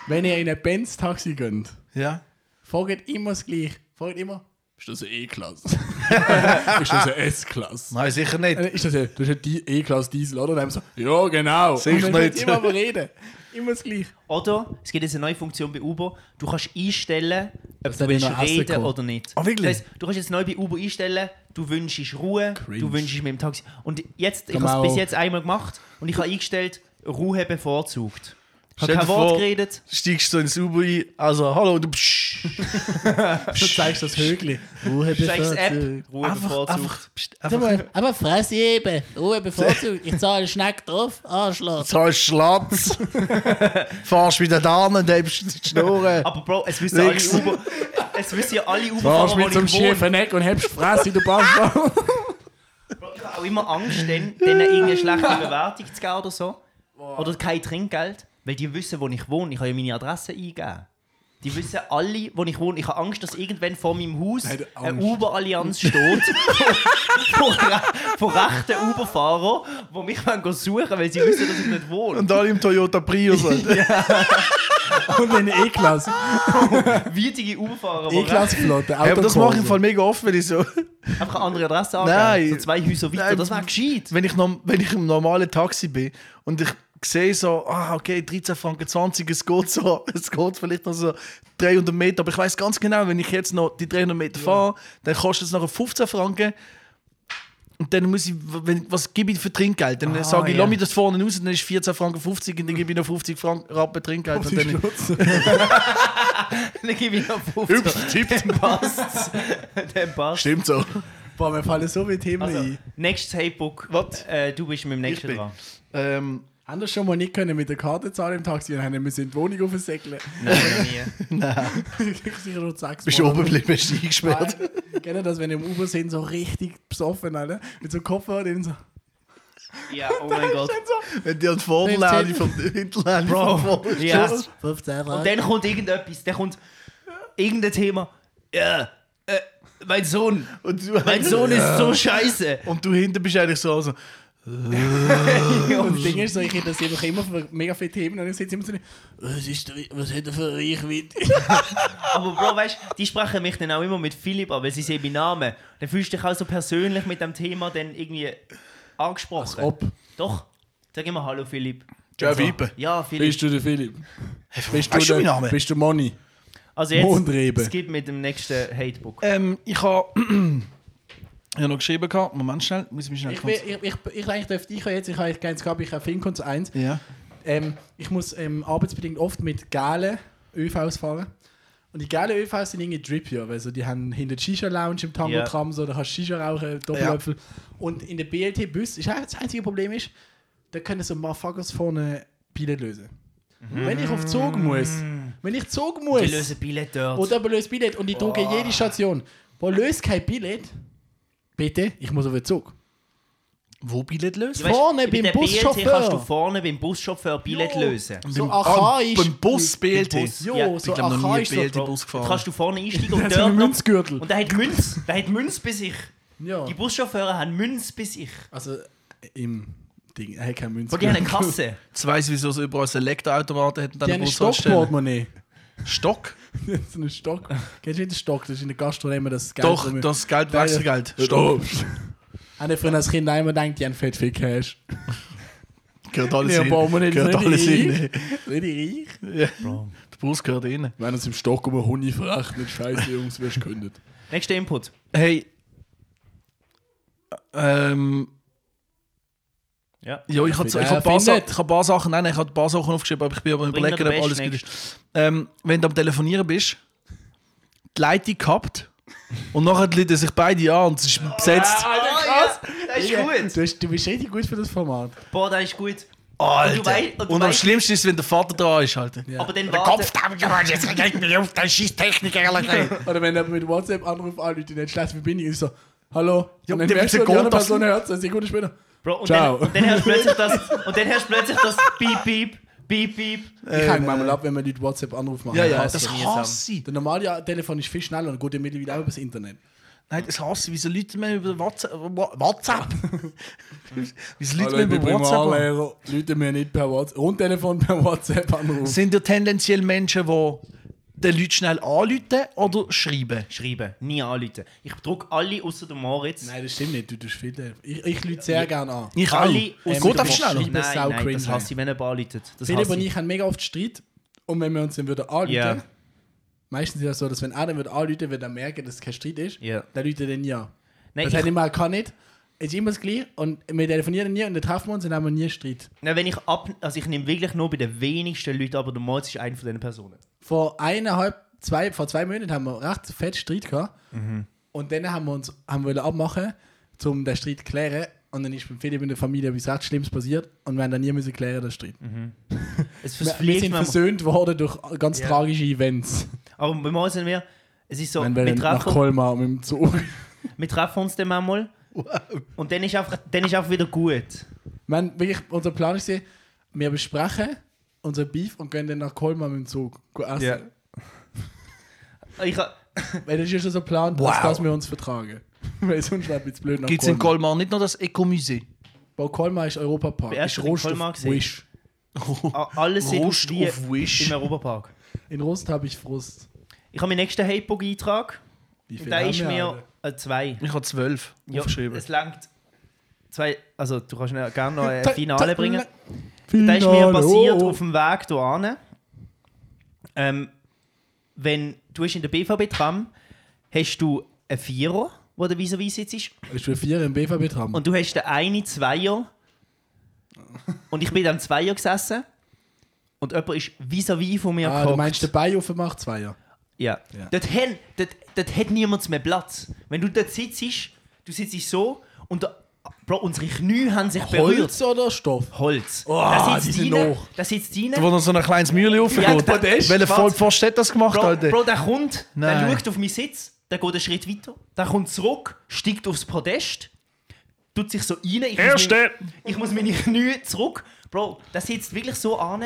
S1: Wenn ihr in ein Benz-Taxi geht,
S3: ja.
S1: fragt immer das Gleiche. Fragt immer, Ist das eine <laughs> E-Klasse? ist das eine S-Klasse?
S3: Nein, sicher nicht.
S1: Äh, Ist das eine, das ist eine E-Klasse Diesel, oder? Dann haben sie so, ja, genau.
S3: Sicher
S1: Und dann
S3: nicht.
S1: wird Immer aber reden. Immer das Gleiche.
S2: Oder, es gibt jetzt eine neue Funktion bei Uber, du kannst einstellen, ob
S1: dann
S2: du willst
S1: in einer Asse
S2: reden
S1: kommt.
S2: oder nicht.
S3: Ah, wirklich?
S2: Das heisst, du kannst jetzt neu bei Uber einstellen, du wünschst Ruhe, du wünschst mit dem Taxi. Und jetzt, ich
S1: Kann
S2: habe
S1: man
S2: es bis
S1: auch-
S2: jetzt einmal gemacht und ich habe eingestellt, Ruhe bevorzugt. Ich habe
S3: Stell
S2: kein
S3: dir
S2: Wort
S3: vor-
S2: geredet.
S3: Steigst du ins Uber ein, also hallo, du psch,
S1: Du zeigst das Högli.
S4: Ruhe
S2: Scheiß App, Ruhe
S3: einfach,
S2: bevorzugt.
S3: einfach, pst, einfach
S1: <laughs>
S4: Aber fress eben. Ruhe bevorzugt. Ich <laughs> zahle Schneck drauf. Arschloch.
S3: zahlst <laughs> Schlatz, fahrst mit den Damen, dann bist du die Schnurren.
S2: Aber Bro, es wissen alle
S3: Nix.
S2: Uber, es wissen ja alle Uber,
S1: Fahrst
S2: wo
S1: mit so einem
S2: ich wohne.
S1: schiefen Eck und hebst die Fresse, du Bastard.
S2: Ich habe auch immer Angst, denen, denen irgendeine schlechte Bewertung zu geben oder so. Oder kein Trinkgeld, weil die wissen, wo ich wohne. Ich habe ja meine Adresse eingeben. Die wissen alle, wo ich wohne. Ich habe Angst, dass irgendwann vor meinem Haus
S1: Hat Angst.
S2: eine Uber-Allianz steht. <laughs> von, von rechten Uber-Fahrern, die mich wollen suchen weil sie wissen, dass ich nicht wohne.
S3: Und alle im Toyota Prius. Alter.
S1: <laughs> Und eine E-Klasse.
S2: Wütige Uber-Fahrer, die recht-
S1: E-Klasse-Flotte.
S3: <laughs> <laughs> Ja, aber das mache ich im
S1: Autokurse. <laughs>
S3: Fall mega oft, wenn ich so.
S2: einfach eine andere Adresse angeben.
S3: Nein.
S2: So zwei Häuser weiter.
S3: Nein.
S2: Das wäre gescheit.
S3: Wenn ich, norm- wenn ich im normalen Taxi bin und ich sehe so, ah, okay, 13 Franken 20, es geht so, <laughs> es geht vielleicht noch so 300 Meter, aber ich weiß ganz genau, wenn ich jetzt noch die 300 Meter fahre, dann kostet es nachher 15 Franken. Und dann muss ich, wenn, was gebe ich für Trinkgeld? Dann sage ich,
S2: ja.
S3: lass mich das vorne raus, und dann ist 14 Franken 50 und dann gebe ich noch 50 Franken Rappen Trinkgeld. Und dann,
S2: Dann gebe ich noch 15.
S5: Ups, tippt.
S2: Dann passt's. <laughs> Dann passt's.
S1: Stimmt so. Boah, wir fallen so mit Himmel
S2: Also,
S1: ein.
S2: nächstes Hatebook.
S3: Was?
S2: Äh, du bist mit dem nächsten
S3: bin.
S2: dran.
S3: ähm,
S1: Haben das schon mal nicht können mit der Karte zahlen im Taxi und haben müssen in die Wohnung aufsäckeln.
S2: Nein, noch
S1: <laughs>
S2: nie.
S1: Ich krieg sicher nur sechs
S3: bist du oben geblieben, bist du eingesperrt.
S1: Kennt ihr das, wenn ihr im Uber sind, so richtig besoffen, alle? Mit so einem Koffer und so.
S2: Ja, oh mein Gott.
S3: Wenn die an die Vorderläden vom Hinterläden vom Vorderläden-
S2: Ja.
S4: 15
S2: Und
S4: Franken.
S2: dann kommt irgendetwas. Dann kommt irgendein Thema. Ja, äh, mein Sohn.
S3: Und du,
S2: Mein Sohn ist so scheiße.
S3: Und du hinten bist eigentlich so, also,
S1: Und das Ding ist so, ich hätte das einfach immer für mega viele Themen und ich sitze immer so, was, ist der, was hat er für eine Reichweite?
S2: Aber Bro, weißt du, die sprechen mich dann auch immer mit Philipp an, weil sie sehen meinen Namen. Dann fühlst du dich auch so persönlich mit dem Thema dann irgendwie angesprochen.
S1: ob.
S2: Doch. Sag immer Hallo Philipp.
S3: Joe Vibe.
S2: Ja, Philipp.
S1: Bist du der Philipp? Bist
S3: weißt du
S1: der,
S3: meinen Namen?
S1: Bist du Money?
S2: Also jetzt,
S1: Mondrebe.
S2: es gibt mit dem nächsten Hatebook.
S3: Ähm, ich <clears throat> habe ja noch geschrieben, gehabt. Moment schnell, muss ich mich schnell
S1: Ich, ich, ich, ich, ich eigentlich dürfte ich ja jetzt, ich habe eigentlich keins gehabt, ich habe Finkons 1.
S3: Ja.
S1: Ähm, ich muss ähm, arbeitsbedingt oft mit gelben ÖVs fahren. Und die gelben ÖVs sind irgendwie drippier, weil so, die haben hinter die Shisha-Lounge im
S2: Ja.
S1: Tango-Tram, so, da kannst du Shisha rauchen, Doppelöpfel. Und in der BLT-Bus, ist eigentlich das einzige Problem ist, da können so Motherfuckers vorne Bilen lösen. Und wenn ich auf Zug muss, wenn ich Zug muss,
S2: Mhm. Die lösen Billett dort.
S1: oder aber löse Billett und ich drücke jede Station, wo löst kein Billett, bitte, ich muss auf den Zug.
S3: Wo Billett löst?
S2: Du weißt,
S1: Vorne
S2: mit
S1: beim
S2: der BLT
S1: Buschauffeur.
S2: kannst du vorne beim Buschauffeur Billett lösen.
S1: So
S3: beim Bus BLT.
S2: Bus.
S1: Jo,
S2: Ja, ich
S1: so
S3: glaub, noch nie
S1: archaisch. So,
S3: BLT. Bus gefahren.
S2: Dann kannst du
S1: <laughs>
S2: vorne einsteigen
S1: Der
S2: und
S1: hat so einen
S2: dort noch,
S1: Münzgürtel.
S2: Und der hat Münz. Der hat Münz bei sich.
S1: Ja.
S2: Die Buschauffeure haben Münz bei sich.
S1: Also im Ding, äh, er hat keine Münze.
S2: Und die haben eine Kasse.
S3: Jetzt weiss ich, wieso es überall Selektorautomaten hat und
S1: Die
S3: dann
S1: haben
S3: eine
S1: ein
S3: Bushaltestelle.
S1: Stockportemonnaie. <laughs>
S3: Stock?
S1: Die haben so einen Stock. Kennst du nicht den Stock? Das ist in der Gastronomie immer das Geld.
S3: Doch, das Geld, Wechselgeld.
S1: Stock. <laughs> Habe ich früher als Kind einmal gedacht, die haben fett viel Cash.
S3: Gehört alles
S1: Ja,
S3: hin.
S1: brauchen wir nicht.
S3: Gehört alles hin.
S1: <laughs> reich. Richtig reich.
S3: Der Bus gehört rein.
S1: Wenn uns im Stock um einen Huni verrechnet, scheiße Jungs, wirst du
S3: <laughs>
S1: gekündigt.
S2: Nächster Input.
S3: Hey. Ähm.
S2: Ja.
S3: Ja, ich habe
S1: bin
S3: ich
S1: der
S3: hab paar, Sa
S1: Erfinder.
S3: ich hab paar Sachen, nein, nein, ich habe ein paar Sachen aufgeschrieben, aber ich bin aber
S2: Bring
S3: überlegen,
S2: noch den
S3: ob alles
S2: Best
S3: gut ist. Ähm, wenn du am Telefonieren bist, die Leitung kappt und nachher läuten sich beide an und es ist besetzt.
S2: Ah. krass. Das ist gut.
S1: Du, hast, du bist richtig gut für das Format.
S2: Boah, das ist gut.
S3: Alter.
S2: Und du wei- und du
S3: Und am
S2: wei-
S3: schlimmsten ist, wenn der Vater dran ist, Alter.
S2: Aber dann
S5: Der
S2: warten.
S5: Kopf damit, jetzt geht mich auf, das ist Techniker, Alter.
S1: Oder wenn er mit WhatsApp anruft, alle die nicht schlechte Verbindung ist, so, hallo.
S3: Ja,
S1: und dann
S3: der
S1: merkst du,
S3: wird
S1: die andere
S3: Gott, das-
S1: Person hört es eine Sekunde später.
S2: Bro, und,
S1: Ciao.
S2: Dann, und dann hörst du plötzlich das. Und dann hörst du plötzlich das Beep, Beep, Beep, Beep.
S1: Ich hänge manchmal ab, wenn man Leute WhatsApp-Anruf machen.
S3: Ähm, Ja, ja,
S1: Hasse
S3: das
S1: ich.
S3: hasse ich.
S1: Der normale Telefon ist viel schneller und geht ja mittlerweile auch übers Internet.
S3: Nein, das hasse ich. Wieso Leute mehr über WhatsApp? Wa- WhatsApp? Wieso Leute mehr über WhatsApp? an?
S1: Leute mir nicht per WhatsApp und Telefon per WhatsApp anrufen.
S3: Sind ja tendenziell Menschen, die den Leuten schnell anrufen oder schreiben?
S2: Schreiben, nie anrufen. Ich drucke alle außer den Moritz.
S1: Nein, das stimmt nicht. Du tust viel. helfen. Ich, ich lüte sehr gerne an.
S3: Ich
S2: alle
S3: auch.
S2: ausser
S3: Geht
S2: den
S3: einfach
S2: Moritz.
S3: schneller.
S1: Schreiben, sau
S2: Nein, nein, das
S1: cringe.
S2: hasse ich, wenn jemand anruft. Das
S1: Philipp
S2: hasse
S1: und
S2: ich.
S1: ich haben mega oft Streit. Und wenn wir uns dann würden anrufen,
S2: Ja.
S1: meistens ist das so, dass wenn er dann würde anrufen würde, dann merken, dass es kein Streit ist,
S2: Ja.
S1: dann ruft er dann ja.
S2: Nein,
S1: das
S2: ich-
S1: hatte ich mal gar nicht. Es ist immer das Gleiche und wir telefonieren nie und dann treffen wir uns und haben wir nie Streit.
S2: Nein, wenn ich ab... Also ich nehme wirklich nur bei den wenigsten Leuten, aber der Moritz ist eine von diesen Personen.
S1: Vor eineinhalb, zwei, vor zwei Monaten haben wir recht fett Streit gehabt.
S3: Mhm.
S1: Und dann haben wir uns haben wir wollen abmachen, um den Streit zu klären. Und dann ist mit Philipp in der Familie etwas recht Schlimmes passiert und wir haben dann nie müssen klären, den Streit.
S3: Mhm.
S2: Es
S1: Wir, wir
S2: verfliegt
S1: sind
S2: mir.
S1: versöhnt worden durch ganz tragische Events.
S2: Aber bei Moritz sind wir... Es ist so,
S1: Wenn
S2: wir
S1: wir nach
S2: treffen,
S1: Colmar mit dem Zug.
S2: wir treffen uns dann manchmal. Und dann ist einfach, dann ist einfach wieder gut.
S1: Wir haben wirklich, unser Plan ist, wir besprechen unser Beef und gehen dann nach Colmar mit dem Zug gehen essen.
S2: Ich, ha-
S1: Weil das ist ja schon so geplant,
S3: Wow.
S1: dass, dass wir uns vertragen. <laughs> Weil sonst wäre es jetzt blöd nach
S3: Gibt es in Colmar nicht noch das Ecomusee?
S1: Bau Colmar ist Europapark.
S2: Bin erst
S1: Ist
S2: in
S1: Rost
S2: Colmar
S1: auf
S2: gesehen.
S1: Wish.
S2: a- alles sind
S3: Rost
S2: wie
S3: auf Wish.
S2: im Europapark.
S1: In Rost habe ich Frust.
S2: Ich habe meinen nächsten Hatebook-Eintrag.
S1: Wie viel
S2: Und der
S1: haben
S2: ist
S1: wir,
S2: mir
S1: Alter?
S2: äh, zwei.
S3: Ich habe zwölf
S2: Ja,
S3: aufgeschrieben.
S2: es langt. Zwei, also du kannst mir gerne noch ein
S1: Ta- ta-
S2: äh, Finale bringen. Da
S1: Finale,
S2: ist mir passiert
S1: oh.
S2: auf dem Weg hierhin. Ähm, wenn du bist in der BVB-Tram, hast du einen Vierer, wo der vis à vis sitzt,
S1: Ich bin vier im BVB dran.
S2: und du hast den einen Zweier. Und ich bin am Zweier gesessen und jemand ist vis-à-vis von mir
S1: ah, du
S2: gehockt.
S1: meinst, der Bein offen macht zwei Jahre.
S2: Ja.
S1: Ja.
S2: Dort, hen, dort, dort hat niemand mehr Platz. Wenn du dort sitzt, du sitzt so und da, Bro, unsere Knie haben sich berührt.
S1: Holz oder Stoff?
S2: Holz.
S1: Oh,
S2: da sitzt
S1: die sind
S2: rein,
S1: hoch.
S2: da sitzt rein.
S3: Wo noch so ein kleines Mühle aufgeht.
S2: der- der ist
S3: Welcher
S2: schwarz.
S3: Vollpfosten hat das gemacht,
S2: Bro,
S3: Alter?
S2: Bro, der kommt, der
S3: Nein.
S2: schaut auf meinen Sitz, der geht einen Schritt weiter, der kommt zurück, steigt aufs Podest, tut sich so rein. Ich
S5: Erste.
S2: Muss meine, ich muss meine Knie zurück. Bro, der sitzt wirklich so an.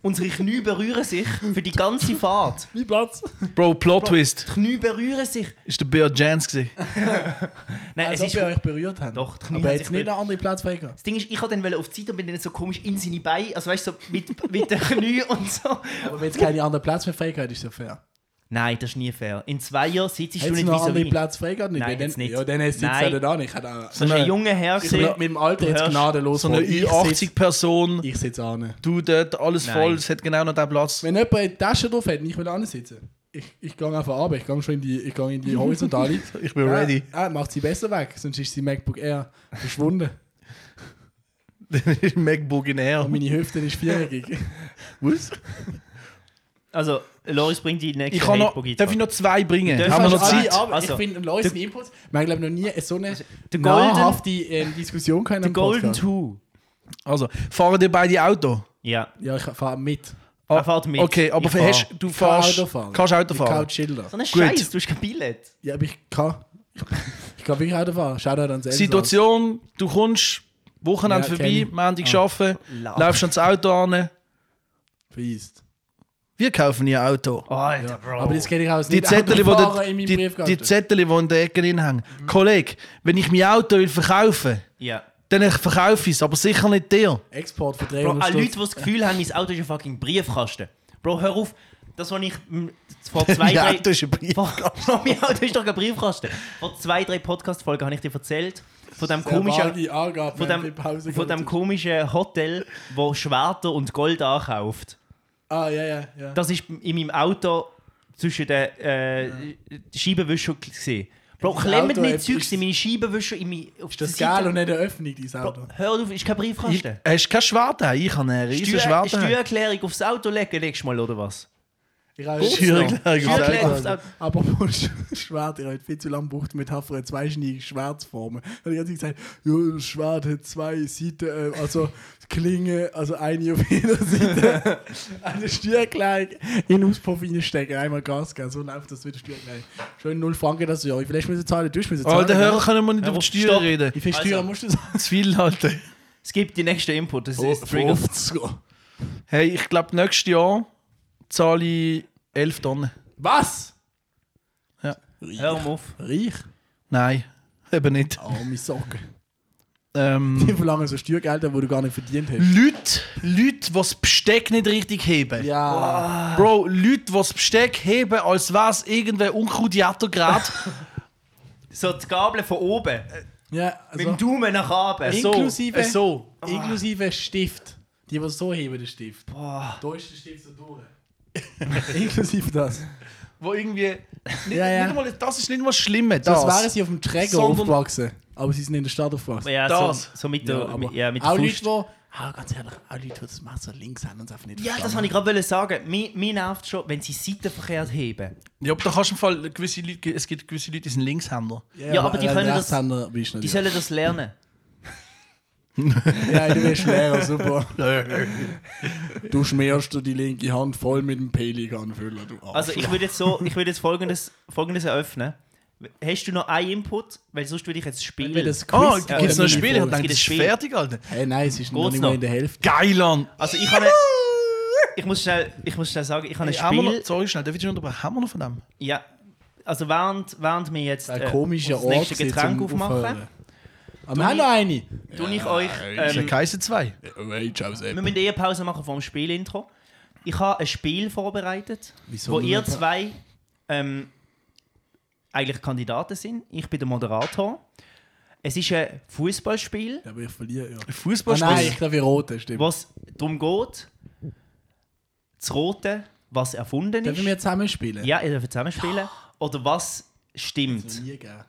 S2: Unsere Knie berühren sich für die ganze Fahrt.
S1: Mein Platz.
S3: Bro, Plot Twist.
S2: Die Knie berühren sich.
S3: Ist der Bear Jans gewesen.
S2: Nein,
S3: Also
S1: Als ob
S2: es ist
S1: wir euch berührt haben.
S2: Doch, die Knie
S1: Aber
S2: haben
S1: jetzt
S2: sich
S1: nicht
S2: berührt.
S1: einen anderen Platz weggehen.
S2: Das Ding ist, ich wollte dann auf die Zeit und bin dann so komisch in seine Beine, also weißt du, so mit, mit den Knien und so.
S1: Aber wenn es keinen anderen Platz mehr freigeben ist ja fair.
S2: Nein, das ist nie fair. In zwei Jahren sitzt du
S1: Hättest
S2: nicht
S1: du noch einen anderen
S2: vis-à-vis.
S1: Platz freigeben?
S2: Nein,
S1: Wenn
S2: jetzt
S1: dann-
S2: nicht.
S1: Ja, dann hättest du
S2: Nein.
S1: jetzt auch nicht. Ich hätte auch-
S2: Das ist ein
S3: eine-
S2: junger Herr
S1: Ich
S2: gewesen.
S1: bin mit dem Alter jetzt
S2: hörst-
S1: gnadenlos.
S3: So eine
S1: voll. Ich sitz-
S3: Ü80-Person.
S1: Ich sitze an.
S3: Du dort, alles
S2: Nein.
S3: voll, es hat genau noch den Platz.
S1: Wenn jemand eine Tasche drauf hat und ich will ansitzen, ich, ich gehe einfach ab, ich gehe schon in die, ich gehe
S2: <laughs>
S1: in die Horizontale.
S3: Ich bin
S1: Ah,
S3: <laughs> ready.
S1: Ah, macht sie besser weg, sonst ist sie MacBook Air verschwunden.
S3: MacBook in Air.
S1: Und meine Hüfte ist viereckig.
S3: Was?
S2: Also, Loris bringt die nächste
S3: Ich kann noch,
S2: Hatebook-Eintrag.
S3: darf ich noch zwei bringen?
S2: Darfst
S3: <laughs> Haben wir
S2: du
S3: noch
S2: alle?
S3: Zeit?
S1: Ah, aber
S2: Also,
S1: ich finde, Lois einen Impuls. Wir haben, glaube ich, noch nie so eine
S2: der Golden-
S1: nahrhafte ähm, Diskussion gehabt.
S2: The Golden Two.
S3: Also, fahren ihr beide Auto?
S2: Ja,
S1: Ja, ich fahre mit.
S2: er fährt mit.
S3: Okay, aber
S2: Ich fahr.
S3: hast, du fährst,
S1: Auto fahren.
S3: kannst Auto
S1: Ich kann
S3: fahren.
S1: auch Schilder.
S2: So ein
S3: Gut.
S2: Scheiß, du hast kein Billett.
S1: Ja, aber ich kann. Ich kann wirklich Auto fahren. Schau dir dann selbst.
S3: Situation, du kommst Wochenende
S1: Ja, kenn
S3: vorbei,
S1: ich.
S3: Montag arbeiten,
S2: Lach.
S3: läufst ans Auto an.
S1: Verist.
S3: Wir kaufen ihr Auto.
S2: Alter, Bro.
S1: Aber das kenne ich aus
S3: Die Zettel, die,
S1: Autofahren in meinem
S3: die, die,
S1: Briefkasten.
S3: die Zettel, die in der Ecke drin hängen. Kollege, wenn ich mein Auto will verkaufen
S2: Ja.
S3: dann ich verkaufe ich es, aber sicher nicht dir.
S1: Export für
S2: Bro, an
S1: 300
S2: Leute,
S1: Stutz.
S2: die das Gefühl haben, mein Auto ist ein fucking Briefkasten. Bro, hör auf. Das, was ich mm, vor zwei, <laughs>
S3: Mein
S2: drei...
S3: Auto ist ein Briefkasten.
S2: Vor, mein Auto ist doch kein Briefkasten. Vor zwei, drei Podcast-Folgen habe ich dir erzählt, von dem
S1: Sehr
S2: komischen...
S1: vage Angabe,
S2: von
S1: wir haben
S2: dem,
S1: die Pause
S2: von dem
S1: gemacht.
S2: komischen Hotel, wo Schwerter und Gold ankauft.
S1: Ah, ja, ja, ja.
S2: Das ist in meinem Auto zwischen den äh, Scheibenwischern gesehen. Bro,
S1: Das
S2: klemmt
S1: Auto
S2: nicht
S1: hat-
S2: Zeugs
S1: ist-
S2: in meine Scheibenwischer, in meine, auf
S1: Ist das
S2: die Seite.
S1: geil und nicht eine Öffnung, dieses Auto?
S2: Bro, hör auf, ist kein
S3: Ich,
S2: Briefkasten.
S3: hast du keine Schwarte? Ich habe eine riesen
S2: Steuer-
S3: Schwarte.
S2: Steuererklärung aufs Auto legen, legst du mal, oder was?
S1: Ich habe
S2: Steuererklärung aufs
S1: Also,
S2: Auto.
S1: aber <laughs> Schwert, ich habe viel zu lange gebraucht, mit Hafer zwei Schwertformen. Und ich habe gesagt, ja, das Schwert hat zwei Seiten, äh, also Klinge, also eine auf jeder Seite. Eine Steuerkleid in den Auspuff reinstecken, einmal Gas geben, so läuft das mit der Steuerkleid. Schön 0 Franken, das ja. Vielleicht müssen wir zahlen, du musst
S3: Alter,
S1: zahlen.
S3: Hörer können wir nicht
S2: Ja,
S3: über die
S2: stopp.
S3: Steuer
S1: <laughs>
S3: reden.
S1: Wie viel
S2: Also.
S1: Steuer musst du zahlen?
S3: Zu viel, Alter.
S2: Es gibt die nächste Input, das ist Trigger.
S1: 50.
S3: Hey, ich glaube, nächstes Jahr zahle ich 11 Tonnen.
S1: Was?
S2: Hör mal auf.
S1: Reich?
S3: Nein, <laughs> eben nicht.
S1: Arme Socken.
S3: Ähm,
S1: Die verlangen so Steuergelder, die du gar nicht verdient hast.
S3: Leute, Leute, die das Besteck nicht richtig heben.
S1: Ja.
S3: Bro, Leute, die das Besteck heben, als wäre es irgendwer Unkrautjatter gerade.
S2: So die Gabel von oben,
S1: ja also,
S2: mit dem Daumen nach oben.
S1: Äh,
S3: So,
S1: Inklusive-
S3: äh, so.
S1: Inklusive Stift. Die, die so heben, den Stift. Da ist der Stift so durch. <laughs> Inklusive das.
S3: Wo irgendwie. Nicht,
S1: Ja, ja.
S3: Nicht mal, das ist nicht mal schlimm.
S1: Das
S3: Das,
S1: wären sie auf dem Träger
S3: Sondern-
S1: aufgewachsen. Aber sie sind in der Stadt aufgewachsen.
S2: ja,
S3: das.
S2: So, so mit der,
S1: aber
S2: mit, ja, mit der
S1: auch Leute,
S2: Faust.
S1: die, auch ganz ehrlich, auch Leute, die das Messer links haben und es einfach nicht
S2: Ja, das
S1: verstanden
S2: wollte ich gerade sagen. Mir, mir nervt schon, wenn sie seitenverkehrt heben.
S3: Ja, aber da kannst du im Fall gewisse Leute, es gibt gewisse Leute, die sind Linkshänder.
S1: haben.
S2: Ja, aber die
S1: wenn
S2: können
S1: du
S2: das-
S1: Rechtshänder bist,
S2: Die
S1: natürlich.
S2: sollen das lernen.
S1: Ja, du bist Lehrer,
S2: <laughs>
S1: super. du schmierst dir die linke Hand voll mit dem Pelikanfüller, du Arsch.
S2: Also ich würde jetzt, so, ich
S1: <laughs>
S2: würde jetzt folgendes, folgendes eröffnen. Hast du noch einen Input? Weil sonst würde ich jetzt
S1: Wenn
S2: spielen.
S1: wir das
S2: Oh,
S3: Ah,
S1: Quiz-
S3: gibt es noch ein Spiel? Ich
S1: Äh,
S3: dachte,
S2: gibt
S3: das
S2: ein
S3: ist
S2: Spiel.
S3: fertig, Alter.
S1: Hey, nein, es ist noch
S2: Geht's
S1: nicht
S2: noch?
S1: mal in der Hälfte.
S3: Geil, Mann.
S2: Also
S1: <laughs>
S2: ich habe, ich muss schnell, ich muss schnell sagen, ich habe ein
S3: Hey, Äh, haben wir
S2: Spiel.
S3: noch, sorry, schnell, darf ich dich unterbrechen? Haben wir noch von dem?
S2: Ja, also während, während wir jetzt
S1: Ein komischer
S2: Äh, das
S1: Ort.
S2: nächste
S1: gewesen,
S2: Getränk
S1: zum
S2: aufmachen,
S1: Aufhören. Aber wir haben noch eine.
S2: tue ich euch.
S3: Das ist ja
S2: Ähm,
S3: Kaiser 2.
S1: Rage aus
S2: wir müssen eher Pause machen vom Spielintro. Ich habe ein Spiel vorbereitet,
S1: Wieso
S2: wo
S1: nur
S2: ihr
S1: ein paar-
S2: zwei ähm, eigentlich Kandidaten sind. Ich bin der Moderator. Es ist ein Fußballspiel.
S1: Aber ich verliere, ja. Ah,
S3: Fußballspiel.
S1: nein, ich darf hier roten, stimmt.
S2: was darum geht, zu roten, was erfunden
S1: Dürfen
S2: ist.
S1: wir zusammenspielen?
S2: ja, ihr dürft zusammenspielen. Oder was stimmt.
S1: Nie gern.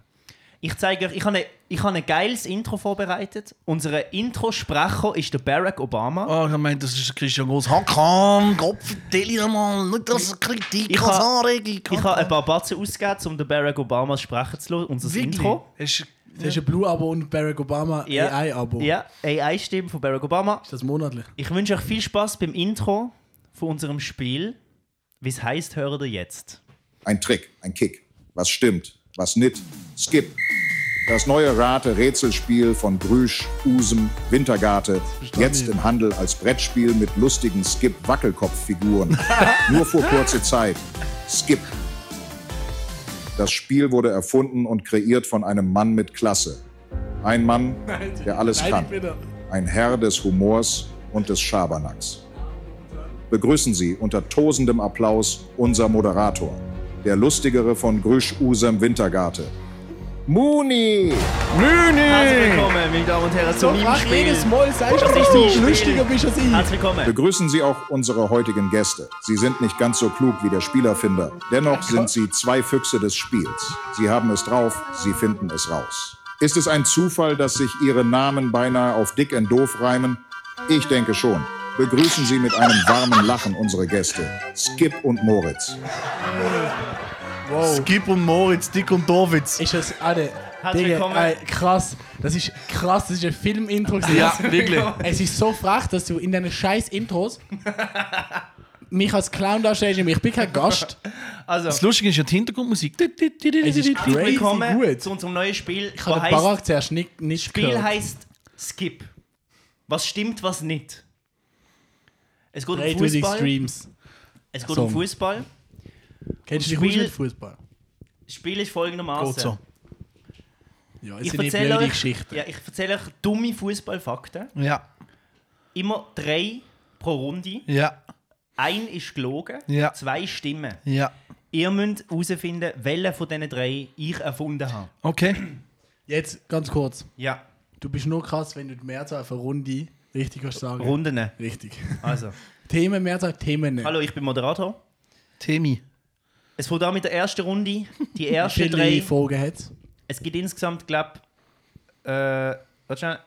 S2: Ich zeige euch, ich habe, ein, ich habe ein geiles Intro vorbereitet. Unser Intro-Sprecher ist der Barack
S1: Oh,
S2: Obama.
S3: Ah, ich meine, das ist Christian Gross.
S4: Komm, Kopf, Deli mal, nicht das Kritik
S2: Ich
S4: als
S2: ha-
S4: Anregung.
S2: Ich habe ein paar Batzen ausgegeben, um den Barack Obama sprechen zu lassen. Unser Intro.
S3: Hast du-
S1: Das ist ein Blue-Abo und ein Barack Obama
S2: Ja.
S1: AI-Abo.
S2: Ja, AI-Stimme von Barack Obama.
S1: Ist das monatlich?
S2: Ich wünsche euch viel Spaß beim Intro von unserem Spiel. Wie es heißt, hören ihr jetzt.
S6: Ein Trick, ein Kick. Was stimmt, was nicht. Skip. Das neue Rate-Rätselspiel von Brüsch, Usem, Wintergarte. Jetzt im Handel als Brettspiel mit lustigen Skip-Wackelkopf-Figuren. Nur vor kurze Zeit. Skip. Das Spiel wurde erfunden und kreiert von einem Mann mit Klasse. Ein Mann, der alles kann. Ein Herr des Humors und des Schabernacks begrüßen Sie unter tosendem Applaus unser Moderator, der lustigere von Grüsch Usem Wintergarte. Muni!
S2: Herzlich
S5: Müni!
S2: willkommen, meine Damen und Herren, zu
S1: So
S2: meinem
S1: frag
S2: Spiel.
S1: jedes Mal, sagst
S2: Das
S1: du,
S2: ist
S1: du
S2: dein
S1: lustiger
S2: Spiel.
S1: bist als ich.
S2: Herzlich willkommen.
S6: Begrüßen Sie auch unsere heutigen Gäste. Sie sind nicht ganz so klug wie der Spielerfinder. Dennoch sind Sie zwei Füchse des Spiels. Sie haben es drauf, Sie finden es raus. Ist es ein Zufall, dass sich Ihre Namen beinahe auf dick und doof reimen? Ich denke schon. Begrüßen Sie mit einem warmen Lachen unsere Gäste. Skip und Moritz.
S3: Skip und Moritz, Dick und Dorwitz.
S1: Ist das, Alter,
S2: Herzlich willkommen.
S1: Digga, ey, krass. Das ist krass, das ist ein Filmintro. gewesen.
S3: Ja, <laughs> wirklich.
S1: Es ist so frech, dass du in deinen scheiß
S2: <laughs>
S1: Intros mich als Clown darstellst. aber Ich bin kein Gast.
S3: Das
S2: Also,
S3: Lustige ist ja die Hintergrundmusik.
S1: Es ist
S2: herzlich
S1: crazy
S2: willkommen
S1: gut.
S2: zu unserem neuen Spiel.
S1: Ich habe den Barack zuerst nicht, nicht
S2: Spiel
S1: gehört.
S2: heißt Skip. Was stimmt, was nicht. Es geht um
S1: Straight with
S2: Fußball.
S1: Extremes.
S2: Es geht
S1: Song.
S2: um Fußball.
S1: Kennst du dich
S2: Spiel-
S1: aus mit Fußball?
S2: Das Spiel ist
S3: Geht so.
S2: folgendermaßen.
S1: Ja, es
S2: Ich
S1: sind nicht
S2: erzähle
S1: blöde
S2: euch,
S1: Geschichten.
S2: ja, ich erzähle euch dumme Fußballfakten.
S3: Ja,
S2: Immer drei pro Runde.
S3: ja,
S2: Ein ist gelogen,
S3: Ja.
S2: zwei Stimmen.
S3: ja.
S2: Ihr müsst herausfinden, welchen von diesen drei ich erfunden habe.
S3: Okay. <clears throat>
S1: Jetzt ganz kurz.
S2: Ja,
S1: Du bist nur krass, wenn du die Mehrzahl von Runde richtig kannst sagen.
S2: Runden.
S1: Richtig.
S2: Also.
S1: Themen, Mehrzahl, Themen. nicht.
S2: Hallo, ich bin Moderator.
S3: Temi.
S2: Es fängt an mit der ersten Runde.
S1: <laughs>
S2: Die
S1: Wie
S2: ersten
S1: viele
S2: drei.
S1: Folgen hat
S2: Es gibt insgesamt, glaube ich, äh, warte schnell.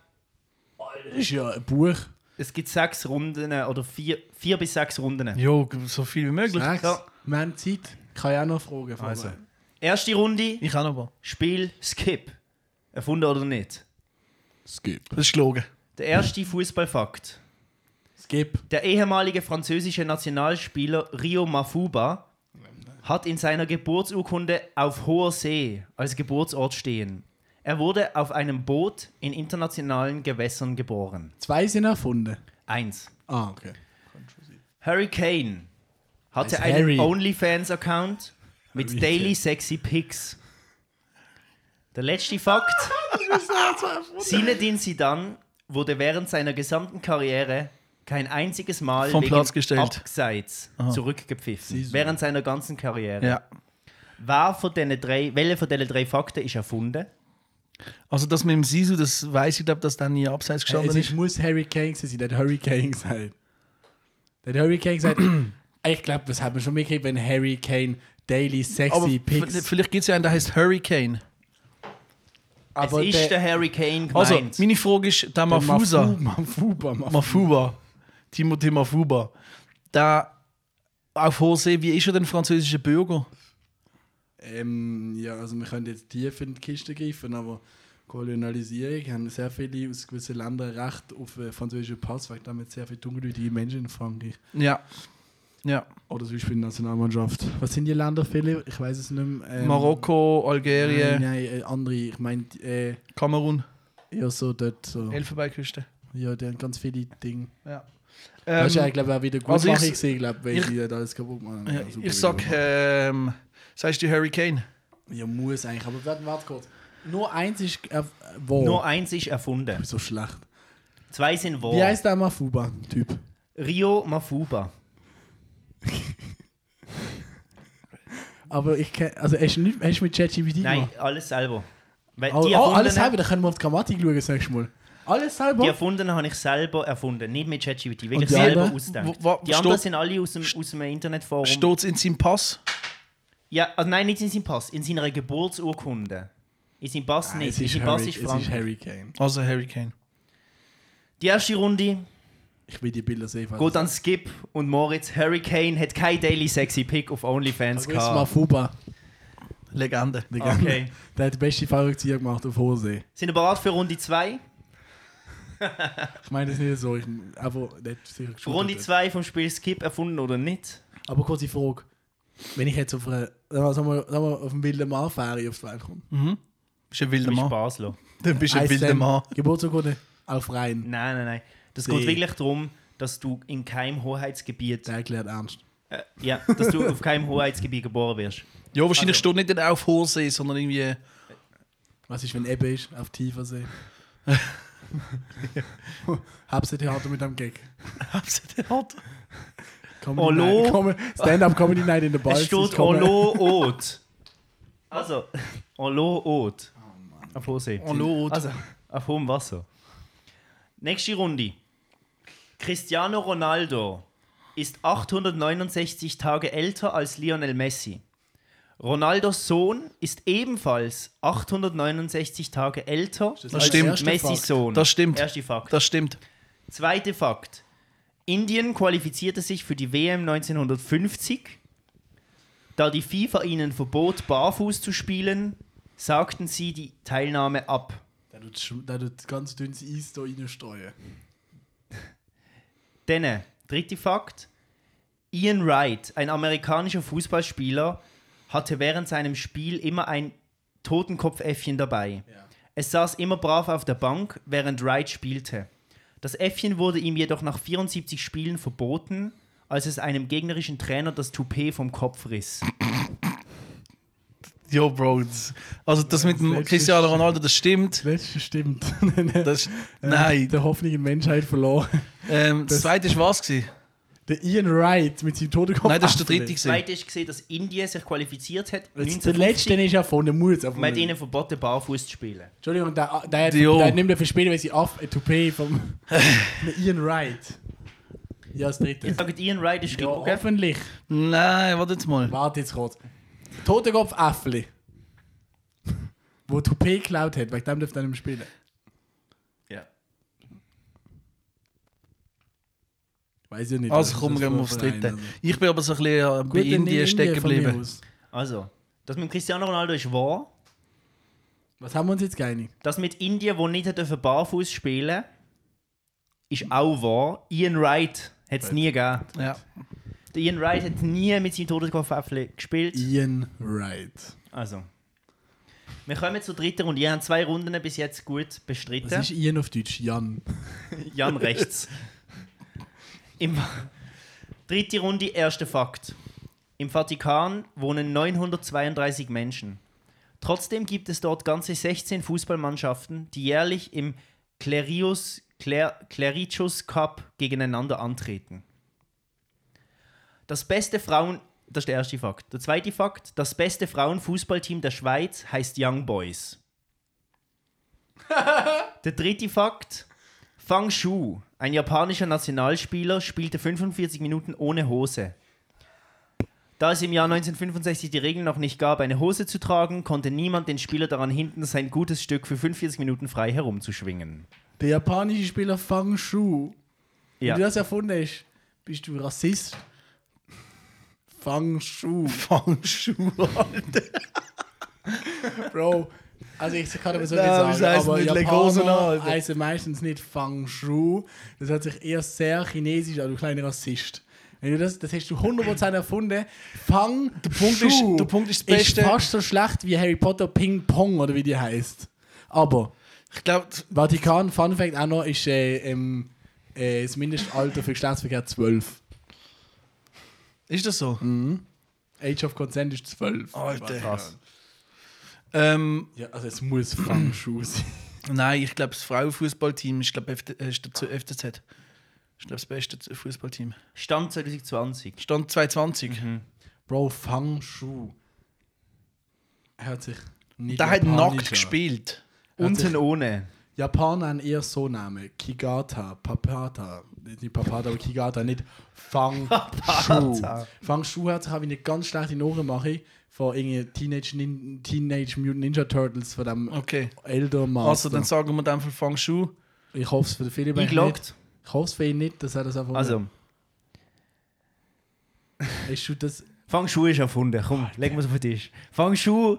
S1: Das ist ja ein Buch.
S2: es gibt sechs Runden äh, oder vier, vier bis sechs Runden.
S3: Jo, so viel wie möglich.
S1: Sechs.
S2: Ja.
S1: Wir haben Zeit. Kann ich auch noch fragen. Also.
S2: Erste Runde,
S3: Ich auch noch mal.
S2: Spiel Skip. Erfunden oder nicht?
S1: Skip.
S3: Das ist gelogen.
S2: Der erste Fußballfakt.
S1: Skip.
S2: Der ehemalige französische Nationalspieler Rio Mafuba hat in seiner Geburtsurkunde auf hoher See als Geburtsort stehen. Er wurde auf einem Boot in internationalen Gewässern geboren.
S1: Zwei sind erfunden.
S2: Eins.
S1: Ah, okay.
S2: Harry Kane hatte
S1: Heißt
S2: einen
S1: Harry.
S2: OnlyFans-Account mit
S1: Harry
S2: Daily
S1: Kane.
S2: Sexy Pics. Der letzte Fakt. Sinedin Sidan wurde während seiner gesamten Karriere kein einziges Mal
S3: Vom
S2: wegen
S3: Platz gestellt.
S2: Abseits zurückgepfiffen. Während seiner ganzen Karriere.
S3: Ja.
S2: Wer von diesen drei, welche von diesen drei Fakten ist erfunden?
S3: Also das mit dem Sisu, das weiß ich glaube, dass der nie abseits gestanden
S1: Es ist,
S3: Äh, ist.
S1: muss Harry Kane gewesen sein, der hat Harry Kane gesagt. Der hat Harry Kane gesagt, ich glaube, das hat man schon mitgekriegt, wenn Harry Kane Daily
S3: Aber
S1: Sexy
S3: v-
S1: Pics.
S3: vielleicht gibt es ja einen, der heißt Hurricane.
S1: Aber
S2: es ist der Harry Kane gemeint.
S3: Also, meine Frage ist, der Mafusa,
S1: Mafuba, Mafuba.
S3: Mafuba, Timothy Mafuba, der auf Hose, wie ist er denn französischer Bürger?
S1: Ähm, ja, also wir können jetzt tief in die Kiste greifen, aber Kolonialisierung haben sehr viele aus gewissen Ländern Recht auf einen französischen Pass, weil damit sehr viele dunkelhäutige Menschen in Frankreich.
S3: Ja. Ja.
S1: Oder zum Beispiel die Nationalmannschaft. Was sind die Länder, Philipp? Ich weiß es nicht mehr. Ähm,
S3: Marokko,
S1: Nein,
S3: Algerien,
S1: nein, äh, andere. Ich meine, äh,
S3: Kamerun,
S1: eher so dort. So.
S3: Elfenbeinküste.
S1: Ja, die haben ganz viele Dinge.
S3: Ja.
S1: das ist ja,
S3: Ähm,
S1: ich glaube, auch wieder gut
S3: also
S1: also
S3: ich-
S1: ich, gesehen, glaub, weil
S3: ich-
S1: sie da alles kaputt machen.
S3: ja,
S1: Ja, super
S3: ich sag,
S1: wieder.
S3: ähm, sagst du Hurricane?
S1: Ja, muss eigentlich. Aber warte, warte kurz. Nur eins ist. Äh, wo?
S2: Nur Oh. eins ist erfunden.
S1: so schlecht.
S2: Zwei sind wahr.
S1: Wie heißt der Mafuba-Typ?
S2: Rio Mafuba.
S1: Aber ich kenne. Also, hast du, nicht, hast du mit ChatGPT
S2: Nein,
S1: gemacht?
S2: alles selber. Weil
S1: Oh,
S2: die
S1: oh, alles
S2: erfundenen-
S1: selber, da können wir auf die Grammatik schauen, das nächste Mal. Alles
S2: Die
S1: selber?
S2: erfundenen habe ich selber erfunden, nicht mit ChatGPT. Wirklich
S1: die
S2: selber
S1: anderen?
S2: ausgedacht.
S3: Wo- wo-
S2: die anderen
S3: steht-
S2: sind alle aus dem, aus dem Internetforum.
S3: Steht's in seinem Pass?
S2: Ja, also nein, nicht in seinem Pass, in seiner Geburtsurkunde. In seinem Pass nicht.
S1: es,
S2: In
S1: ist
S2: seinem Pass
S1: Harry, es
S2: ist
S1: ist
S2: Frank.
S1: Harry Kane.
S3: Also Hurricane.
S2: Die erste Runde
S1: Ich will die Bilder sehen. falls
S2: geht an Skip und Moritz. Hurricane hat kein Daily Sexy Pick auf OnlyFans
S1: es- Chris
S2: gehabt.
S1: Mafuba.
S3: Legende.
S1: Digga.
S2: Okay.
S1: Der hat die beste Fallrückzieher gemacht auf Hose.
S2: Sind wir bereit für Runde 2?
S1: Ich meine das nicht so, ich, aber der hat sicher geschaut.
S2: Runde 2 vom Spiel Skip erfunden oder nicht?
S1: Aber kurze Frage. Wenn ich jetzt auf einer, sagen wir, sagen wir, auf einem wilden Mann-Ferie aufs Feld komme.
S3: Bist ein
S2: Du
S3: wilder
S2: bist
S3: Mann.
S2: Basler.
S3: Du bist ein wilder
S1: Eisland,
S3: Mann.
S1: Geburtsurkunde auf Rhein.
S2: Nein, nein, nein. Das
S1: Nee.
S2: geht wirklich darum, dass du in keinem Hoheitsgebiet
S1: Der erklärt ernst.
S2: Äh, ja, dass du auf keinem Hoheitsgebiet geboren wirst.
S3: Ja, wahrscheinlich steht nicht dann auf Hose, sondern irgendwie.
S1: Was ist, wenn Ebbe ist, auf tiefer
S3: <laughs>
S1: See? Hapse-Theater mit einem Gag.
S3: äh,
S1: Comedy
S2: Hallo?
S1: Night- Com- Stand-up Comedy Night in der Balz.
S2: Es steht
S1: äh,
S2: Olo Ot. Also, <laughs> Olo Ot.
S3: Oh,
S2: Auf Hose.
S3: Hallo.
S2: Also, auf hohem Wasser. Nächste Runde. Cristiano Ronaldo ist 869 Tage älter als Lionel Messi. Ronaldos Sohn ist ebenfalls 869 Tage älter als
S3: stimmt.
S2: Messis Sohn.
S3: Das stimmt.
S2: Erster Fakt.
S3: Das stimmt.
S2: Zweiter Fakt. Indien qualifizierte sich für die WM 1950. Da die FIFA ihnen verbot, barfuß zu spielen, sagten sie die Teilnahme ab.
S1: Der tut schm- der tut ganz dünnes Eis da reinstreuen.
S2: Dann, dritter Fakt. Ian Wright, ein amerikanischer Fußballspieler, hatte während seinem Spiel immer ein Totenkopfäffchen dabei. Es saß immer brav auf der Bank, während Wright spielte. Das Äffchen wurde ihm jedoch nach 74 Spielen verboten, als es einem gegnerischen Trainer das Toupet vom Kopf riss.
S3: Jo, Bro. das- Also, das mit dem Cristiano Ronaldo, das stimmt.
S1: Letzte stimmt. <laughs> Nein, nein.
S3: Das, nein.
S1: Der Hoffnung in Menschheit verloren.
S3: Ähm, das zweite war was. gewesen?
S1: Der Ian Wright mit seinem Totenkopf.
S3: Nein, das ist der dritte. gewesen.
S2: Zweit ist gesehen, dass Indien sich qualifiziert hat.
S1: Jetzt, der letzte ist ja von der Mut.
S2: Man hat ihnen verboten, barfuß zu spielen.
S1: Entschuldigung, der, äh, der, hat-
S3: Jo.
S1: der nimmt dafür später, weil sie auf ein Toupet
S3: <laughs>
S1: vom der Ian Wright. Ja, das dritte.
S2: Ich sage, Ian Wright ist
S1: Ja,
S2: richtig, gell?
S1: hoffentlich.
S3: Nein, warte jetzt mal.
S1: Warte jetzt kurz. Totenkopf-Äffli. <laughs> Wo Toupet geklaut hat, wegen dem dürft ihr nicht mehr spielen.
S2: Ja.
S1: Weiß ich nicht.
S3: Also,
S1: das-
S3: komm,
S1: das
S3: gehen wir
S1: war
S3: aufs
S1: Verein,
S3: dritte.
S1: also.
S3: Ich bin aber so ein bisschen äh, bei
S1: Gut, dann
S3: Indien
S1: nimm
S3: stecken
S1: von mir
S3: geblieben.
S1: aus.
S2: Also, das mit Cristiano Ronaldo ist wahr.
S1: Was haben wir uns jetzt geeinigt?
S2: Das mit Indien, wo nicht dürfen barfuß spielen, ist auch wahr. Ian Wright hat es nie gegeben.
S3: Ja.
S2: Der Ian Wright hat nie mit seinem Totenkopfäffle gespielt.
S1: Ian Wright.
S2: Also. Wir kommen zur dritten Runde. Ihr habt zwei Runden bis jetzt gut
S1: Was
S2: bestritten.
S1: ist Ian auf Deutsch? Jan.
S2: <laughs> Jan rechts. Im Dritte Runde, erster Fakt. Im Vatikan wohnen 932 Menschen. Trotzdem gibt es dort ganze 16 Fußballmannschaften, die jährlich im Clerius, Cler, Clericus Cup gegeneinander antreten. Das beste Frauen... Das ist der erste Fakt. Der zweite Fakt, das beste Frauenfußballteam der Schweiz heißt Young Boys. Der dritte Fakt, Fang Shu, ein japanischer Nationalspieler, spielte 45 Minuten ohne Hose. Da es im Jahr 1965 die Regel noch nicht gab, eine Hose zu tragen, konnte niemand den Spieler daran hindern, sein gutes Stück für 45 Minuten frei herumzuschwingen.
S1: Der japanische Spieler Fang Shu. Wenn
S2: Ja.
S1: du das erfunden hast, bist du Rassist. Fang
S3: <laughs>
S1: Shu.
S3: Fangschuhe, Alter.
S1: Bro. Also ich kann aber so
S3: Nein,
S1: nicht
S3: das
S1: sagen,
S3: heisst
S1: aber
S3: nicht Legosen,
S1: Japaner
S3: Alter.
S1: heißen meistens nicht Fang Shu. Das hat sich eher sehr chinesisch an, du kleiner Rassist. Wenn du das, das hast du 100% erfunden. Fang der
S3: Punkt
S1: Shu
S3: ist- der Punkt ist das Beste.
S1: fast so schlecht wie Harry Potter Ping Pong oder wie die heißt. Aber
S3: Ich glaube,
S1: Vatikan, Fun Fact auch noch, ist äh, ähm, äh, das Mindestalter für Geschlechtsverkehr 12.
S3: ist das so?
S1: Mhm. Age of Consent ist 12.
S3: Alter. Ähm,
S1: Ja, also es muss Fang Shu sein.
S3: nein, ich glaube, das Frauenfußballteam äh, ist, glaube ich, FTZ. Ist, glaube das beste Fußballteam.
S2: Stand 2020.
S3: Stand 220.
S1: Mhm. Bro, Fang Shu. Er hat sich nicht.
S3: Der hat
S1: japanisch
S3: nackt
S1: an.
S3: gespielt.
S2: Unten ohne.
S1: Japaner haben eher so Namen. Kigata, Papata. Nicht Papata, aber Kigata, nicht
S3: <laughs>
S1: Fang Shu. Fang Shu hat sich auch wie eine ganz schlechte Nachmache von irgendwie Teenage, Nin Teenage Mutant Ninja Turtles von dem
S3: Okay.
S1: Eldermaster.
S3: Also, dann sagen wir dann für Fangschuhe.
S1: ich hoffe es für den Philipp eigentlich nicht.
S2: Eingeloggt.
S1: Ich hoffe es für ihn nicht, dass er das einfach.
S2: Also,
S1: Ist schon das.
S2: Fang Schuhe ist erfunden. Komm, legen wir es auf den Tisch. Fang Schuhe,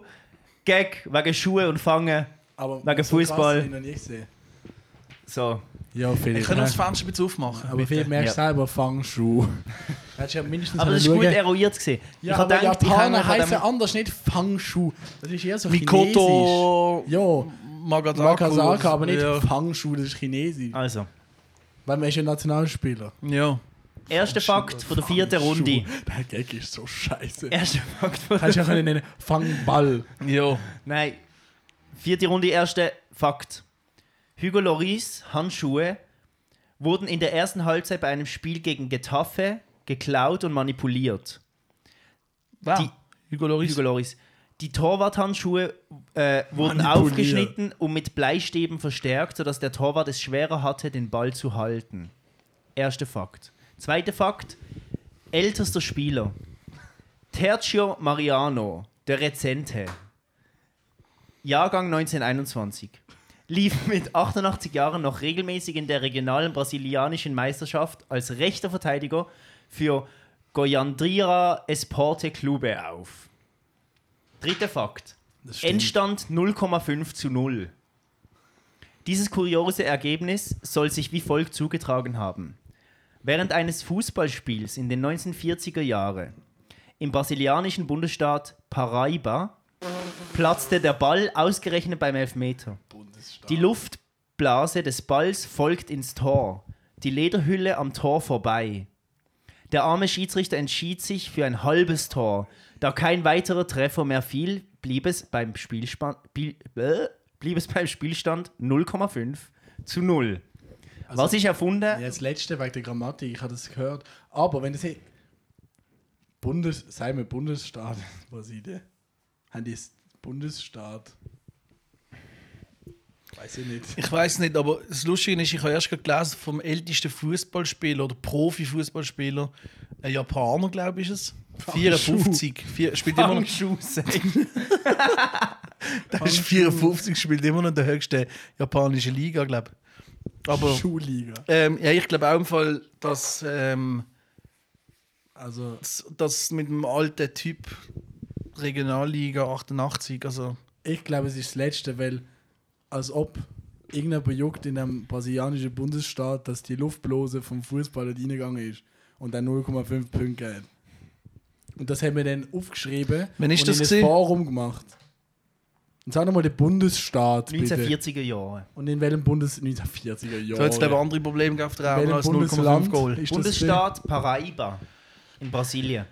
S2: Gag, wegen Schuhe und Fangen.
S1: Aber
S2: Wegen
S1: so krass
S2: Fußball.
S1: habe ich noch nie gesehen.
S2: So.
S1: Ja, Philipp.
S3: Ich kann
S1: ne?
S3: das Fenster ein bisschen aufmachen.
S1: Aber
S3: bitte.
S1: viel merkst du selber Fangschuh. Hättest du ja mindestens
S2: Aber das ist
S1: können
S2: gut
S1: schauen.
S2: eruiert gesehen.
S1: Ja,
S2: ich
S1: aber
S2: habe gedacht, ich hänge
S1: Japaner
S2: von dem-
S1: heißen anders nicht Fangschuh. Das ist eher so chinesisch.
S3: Mikoto
S1: Ja,
S3: Magadaka.
S1: Makasaka, aber nicht
S3: Ja.
S1: Fangschuh, das ist chinesisch.
S2: Also,
S1: Weil man ist ein Nationalspieler.
S3: ja.
S2: erster Fakt von der vierten Runde.
S1: Fangschuh. Der Gag ist so scheiße.
S2: Erster Fakt von
S1: Hättest du ja können nennen Fangball.
S3: Ja.
S2: Nein. Vierte Runde, erster Fakt. Hugo Loris Handschuhe wurden in der ersten Halbzeit bei einem Spiel gegen Getafe geklaut und manipuliert.
S3: Wow.
S2: Die-
S3: Hugo Loris.
S2: Hugo Loris. Die Torwarthandschuhe äh, wurden aufgeschnitten und mit Bleistäben verstärkt, sodass der Torwart es schwerer hatte, den Ball zu halten. Erster Fakt. Zweiter Fakt. Ältester Spieler. Tercio Mariano, der Rezente. Jahrgang 1921. Lief mit 88 Jahren noch regelmäßig in der regionalen brasilianischen Meisterschaft als rechter Verteidiger für Goiandira Esporte Clube auf. Dritter Fakt. Endstand 0,5 zu 0. Dieses kuriose Ergebnis soll sich wie folgt zugetragen haben. Während eines Fußballspiels in den 1940er Jahren im brasilianischen Bundesstaat Paraíba platzte der Ball ausgerechnet beim Elfmeter. Die Luftblase des Balls folgt ins Tor, die Lederhülle am Tor vorbei. Der arme Schiedsrichter entschied sich für ein halbes Tor. Da kein weiterer Treffer mehr fiel, blieb es beim, Spielspan Spiel äh, blieb es beim Spielstand 0,5 zu 0. Was ist erfunden?
S1: Ja, das letzte wegen der Grammatik, ich habe das gehört. Aber wenn es Bundes, sei mir Bundesstaat, <laughs> Brasilien, haben die s- Bundesstaat. Weiß ich nicht.
S3: Ich weiß nicht, aber das Lustige ist, ich habe erst gerade gelesen vom ältesten Fußballspieler oder Profifußballspieler, ein Japaner, glaube ich, ist es. 54. Vier, spielt immer noch,
S2: Fangschuhe.
S3: <laughs> der ist 54, spielt immer noch in der höchsten japanischen Liga, glaube ich. Aber
S1: Schulliga.
S3: ähm, ja, ich glaube auch im Fall, dass ähm,
S1: Also,
S3: das, das mit dem alten Typ Regionalliga 88, also
S1: ich glaube, es ist das Letzte, weil als ob irgendjemand bejuckt in einem brasilianischen Bundesstaat, dass die Luftblase vom Fußball dort reingegangen ist und dann 0,5 Punkte hat. Und das haben wir dann aufgeschrieben
S3: Wann ist
S1: und
S3: das
S1: in ein
S3: gewesen?
S1: Forum gemacht. Und sag nochmal den Bundesstaat, bitte.
S2: 1940er Jahre.
S1: Und in welchem Bundes... 1940er Jahre.
S3: da hat es glaube ich andere Probleme gehabt auf der
S1: In
S3: Augen
S1: welchem
S3: als
S1: Bundesland
S3: 0,5 Goal.
S1: ist das
S2: Bundesstaat Paraíba in Brasilien.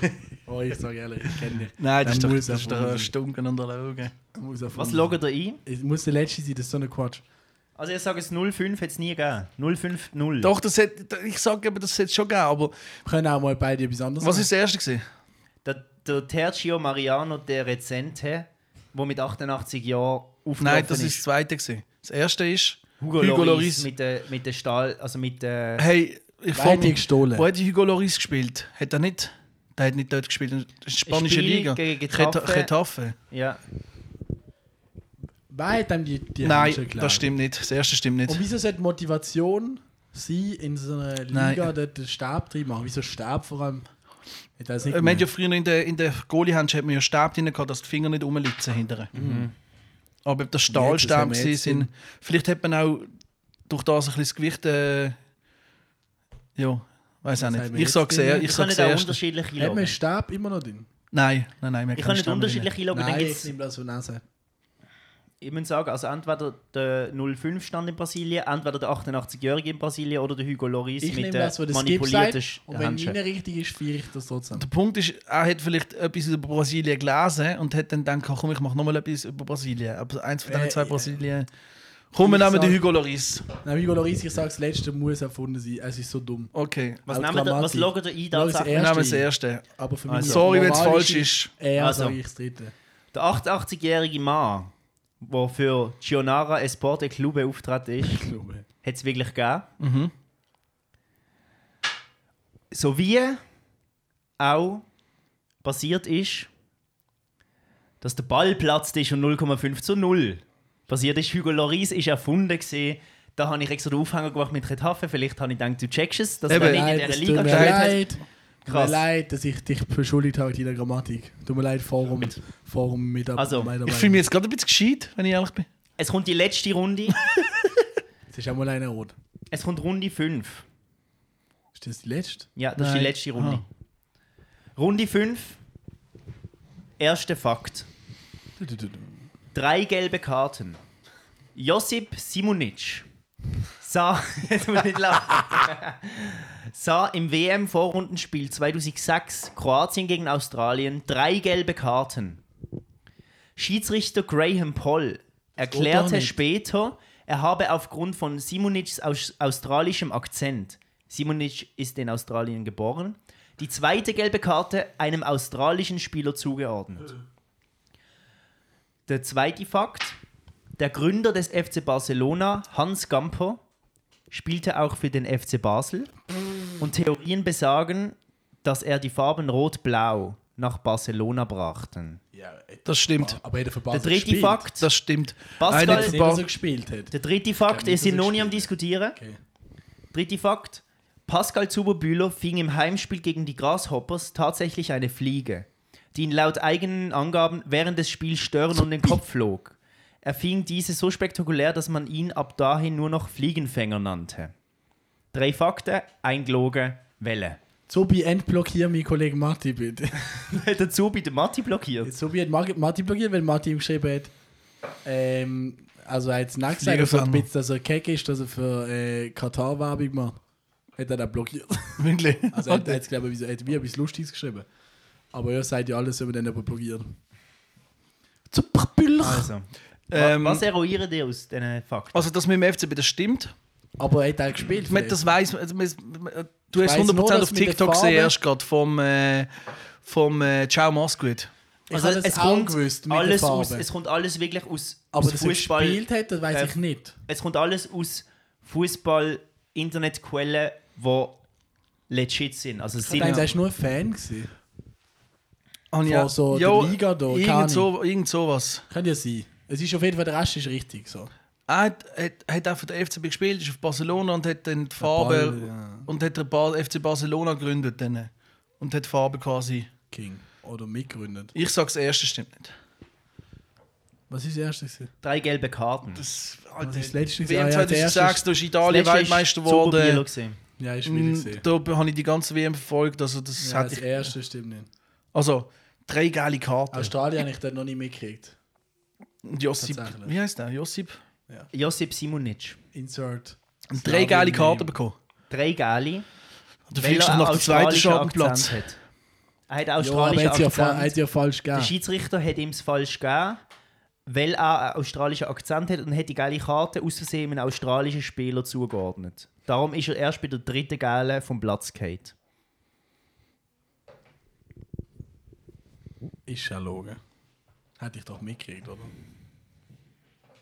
S1: gewesen? Oh, ich sage ehrlich, ich kenne dich.
S3: Nein, das
S1: Der
S3: ist doch,
S1: muss
S3: das ist
S1: erfunden
S3: doch
S1: sein.
S3: stunken und erlogen.
S1: Der muss
S2: Was
S1: erfunden sein.
S2: loggt ihr ein?
S1: Es muss der letzte sein, das ist so ein Quatsch.
S2: Also ich sage es 05 hat es nie gegeben. 050.
S3: Doch, das hat, ich sage eben, das hätte schon gegeben, aber
S1: Wir können auch mal beide etwas anderes
S3: was war das erste? Gewesen?
S2: Der, der Tercio Mariano der Rezente, der mit 88 Jahren aufgelaufen
S3: Nein, das war das
S2: ist.
S3: zweite. Gewesen. Das erste ist
S2: Hugo, Loris. Mit der, mit der Stahl, also mit der...
S3: Hey, ich
S1: Beide
S3: frage mich,
S1: gestohlen.
S3: wo hat Hugo Loris gespielt? Hat er nicht? Der hat nicht dort gespielt, in der spanischen
S2: Spiel
S3: Liga.
S2: gegen
S3: Geta-
S2: Getafe.
S3: Getafe.
S2: Ja.
S1: Wer hat einem die, die Händchen
S3: Nein,
S1: gelegt?
S3: das stimmt nicht. Das erste stimmt nicht.
S1: Und wieso sollte Motivation sein, in so einer
S3: Nein.
S1: Liga dort den Stab drin machen? Wieso Stab vor allem? Ich weiß nicht.
S3: Äh, Man hat ja
S1: gemerkt.
S3: früher in der, in der Goalie-Handschuhe hat man ja Stab drin gehabt, dass die Finger nicht rumlitzen hinterher. Aber ob das
S1: das Mhm. haben
S3: Stahlstab
S1: wir
S3: gewesen
S1: jetzt
S3: sind,
S1: in-
S3: vielleicht hat man auch durch das ein bisschen das Gewicht. Äh, ja, weiß auch
S1: haben
S3: nicht.
S1: wir
S3: Ich
S1: jetzt
S3: sage
S1: drin?
S3: sehr, ich
S2: Ich kann
S3: sage
S2: nicht auch
S3: sehr.
S2: unterschiedliche
S1: Hat man
S2: loggen.
S1: einen Stab immer noch drin?
S3: Nein, nein, nein, wir
S2: Ich
S3: keinen
S2: kann nicht
S3: Stab drin.
S2: unterschiedliche loggen, dann
S1: Nein, ich
S2: gibt's...
S1: nehme das von Nase.
S2: Ich muss sagen, also entweder der 05 stand in Brasilien, entweder der 88-Jährige in Brasilien oder der Hugo Loris
S1: Ich nehme
S2: mit der
S1: das, was der Skip sagt.
S2: manipulierten
S1: Und wenn
S2: Händchen.
S1: meine richtig ist, feiere ich das trotzdem.
S3: Der Punkt ist, er hat vielleicht etwas über Brasilien gelesen und hat dann gedacht, komm, ich mache nochmal etwas über Brasilien. Aber eins von diesen
S1: Äh,
S3: zwei
S1: ja.
S3: Brasilien. Komm, wir
S1: Ich
S3: nehmen den
S1: sag-
S3: Hugo Loris.
S1: Nein, Hugo Loris, ich sage, das letzte muss erfunden sein. Es ist so dumm.
S3: Okay.
S2: Was,
S1: Auch
S2: nehmen wir da- was
S1: Grammatik.
S2: loggt ihr ein?
S1: Loggen Sie
S2: tatsächlich?
S3: Wir
S1: erste
S3: nehmen das
S1: ein.
S3: erste. Ah,
S1: Aber für
S2: Also.
S1: mich
S3: Sorry, wenn's
S1: moralische-
S3: falsch ist.
S1: Eher
S2: Also.
S1: sage ich das dritte.
S2: Der 88-jährige Mann, der für Gionara Esporte Club auftreten ist,
S1: Ich glaube.
S2: hat es wirklich gegeben.
S1: Mhm.
S2: Sowie auch passiert ist, dass der Ball platzt ist und 0,5 zu 0 passiert ist. Hugo Loris ist erfunden gewesen. Da habe ich extra den Aufhänger gemacht mit Retafe. Vielleicht habe ich gedacht, du checkst es, dass
S3: Eben.
S2: er nicht in
S1: Nein,
S2: dieser
S1: es
S2: Liga
S1: tut mir
S2: gespielt hat.
S1: leid. Tut mir
S2: Krass.
S1: leid, dass ich dich beschuldigt habe in deiner Grammatik. Tut mir leid, Forum, Forum mit
S2: Also,
S3: Ich fühle mich jetzt gerade ein bisschen gescheit, wenn ich ehrlich bin.
S2: Es kommt die letzte Runde.
S1: Es ist einmal einer rot.
S2: es kommt Runde 5.
S1: Ist das die letzte?
S2: Ja, das ist
S3: Nein.
S2: die letzte Runde. Runde 5. Erster Fakt.
S1: Du, du, du, du.
S2: Drei gelbe Karten. Josip Simunic sah, <laughs> jetzt muss ich nicht lachen, sah im WM-Vorrundenspiel 2006 Kroatien gegen Australien drei gelbe Karten. Schiedsrichter Graham Poll
S1: doch
S2: erklärte
S1: nicht.
S2: später, er habe aufgrund von Simonics aus australischem Akzent, Simonic ist in Australien geboren, die zweite gelbe Karte einem australischen Spieler zugeordnet. Der zweite Fakt: Der Gründer des FC Barcelona, Hans Gamper, spielte auch für den FC Basel. Und Theorien besagen, dass er die Farben Rot-Blau nach Barcelona brachten.
S3: Das stimmt.
S1: Aber jeder
S2: Der
S1: verpasst
S2: dritte Fakt:
S3: Das stimmt.
S2: Pascal-
S3: Einer
S1: Dass
S3: von
S1: er nicht so
S3: Bar-
S1: gespielt hat.
S2: Der dritte Fakt
S1: Ja,
S2: ist in
S1: wieso
S2: noch nie am
S1: gespielt?
S2: Diskutieren.
S1: Okay.
S2: Dritter Fakt: Pascal Zuberbühler fing im Heimspiel gegen die Grasshoppers tatsächlich eine Fliege, die ihn laut eigenen Angaben während des Spiels störend um den Kopf flog. Er fing diese so spektakulär, dass man ihn ab dahin nur noch Fliegenfänger nannte. Drei Fakten, ein Gelogen, Welle.
S1: Zobi, entblockier meinen Kollegen Marti <laughs> bitte.
S2: Hat er Zubi den Matti blockiert?
S1: Zobi hat Mar- Marti blockiert, weil Marti ihm geschrieben hat, ähm, also er hat es nicht gesagt, also
S3: Fliegerfänger.
S1: ein bisschen, dass er keck ist, dass er für äh, Katar Werbung macht. Hat er dann blockiert.
S3: Wirklich.
S1: <laughs> Also er hat jetzt, glaube ich, er hat wie etwas Lustiges geschrieben. Aber ihr seid ja alles über den aber blockiert.
S2: Also,
S3: Ähm,
S2: was eruieren die aus diesen Fakten?
S3: Also, das mit dem FCB, das stimmt.
S1: Aber er hat auch gespielt.
S3: Ich meine, das weiss man. also, man- Du hast
S1: weiss nur,
S3: 100%
S1: dass
S3: auf
S1: mit der
S3: TikTok gesehen,
S1: Farbe-
S3: erst gerade vom, äh, vom äh, Ciao Masquid.
S1: ich also, das auch gewusst mit
S2: alles
S1: der Farbe.
S2: aus, es kommt alles wirklich aus,
S1: aber
S2: aus
S1: dass er gespielt hat, das weiß
S2: äh,
S1: ich nicht.
S2: es kommt alles aus Fußball-Internetquellen, die legit sind. Also es
S1: Ich
S2: sind
S1: denke, er ist nur ein Fan gewesen.
S3: Habe ich
S1: Von
S3: auch-
S1: so der
S3: Jo,
S1: Liga da, keine
S3: Irgend, so, irgend sowas.
S1: Kann ja sein. Es ist auf jeden Fall, der Rest ist richtig. So.
S3: Er hat, hat, hat auch für den FCB gespielt, ist auf Barcelona und hat dann die Farbe
S1: Ball, ja.
S3: und hat den Bar, FC Barcelona gegründet dann. und hat die Farbe quasi.
S1: King. Oder mitgründet.
S3: Ich sage, das erste stimmt nicht.
S1: Was ist das erste? gewesen?
S2: drei gelbe Karten.
S3: Das,
S1: Das ist das letzte. gewesen. Ah,
S3: WM
S1: ja, der erste
S3: 2006, du bist Italien Weltmeister geworden.
S2: geworden.
S1: Ja, ist schwierig. gewesen.
S3: Da habe ich die ganze WM verfolgt, also Mm, das
S1: Ja,
S3: hatte
S1: das eh.
S3: ich.
S1: erste stimmt nicht.
S3: Also, drei geile
S1: Ah,
S3: Karten.
S1: Australien habe ich dort noch nicht mitgekriegt.
S3: Und Josip,
S1: Tatsächlich.
S3: wie heißt der? Josip?
S2: Josip Simonic.
S1: Insert.
S3: Drei
S1: Slavien
S3: geile Karten
S1: nehmen.
S3: bekommen.
S2: Drei Gali.
S3: Du
S2: weil
S3: fliegst
S2: er
S3: doch nach dem zweiten
S2: australischen
S3: Schadenplatz.
S2: Akzent hat. Er hat
S1: Ja, aber
S2: australischen
S1: hat sie ja, fa- hat
S2: Akzent.
S1: sie ja falsch
S2: Der
S1: gegeben.
S2: Schiedsrichter hat ihm es falsch gegeben, weil er einen australischen Akzent hat und hat die geile Karte aus Versehen einem australischen Spieler zugeordnet. Darum ist er erst bei der dritten Gale vom Platz gefallen.
S1: Ist ja logisch. Hätte ich doch mitgekriegt, oder?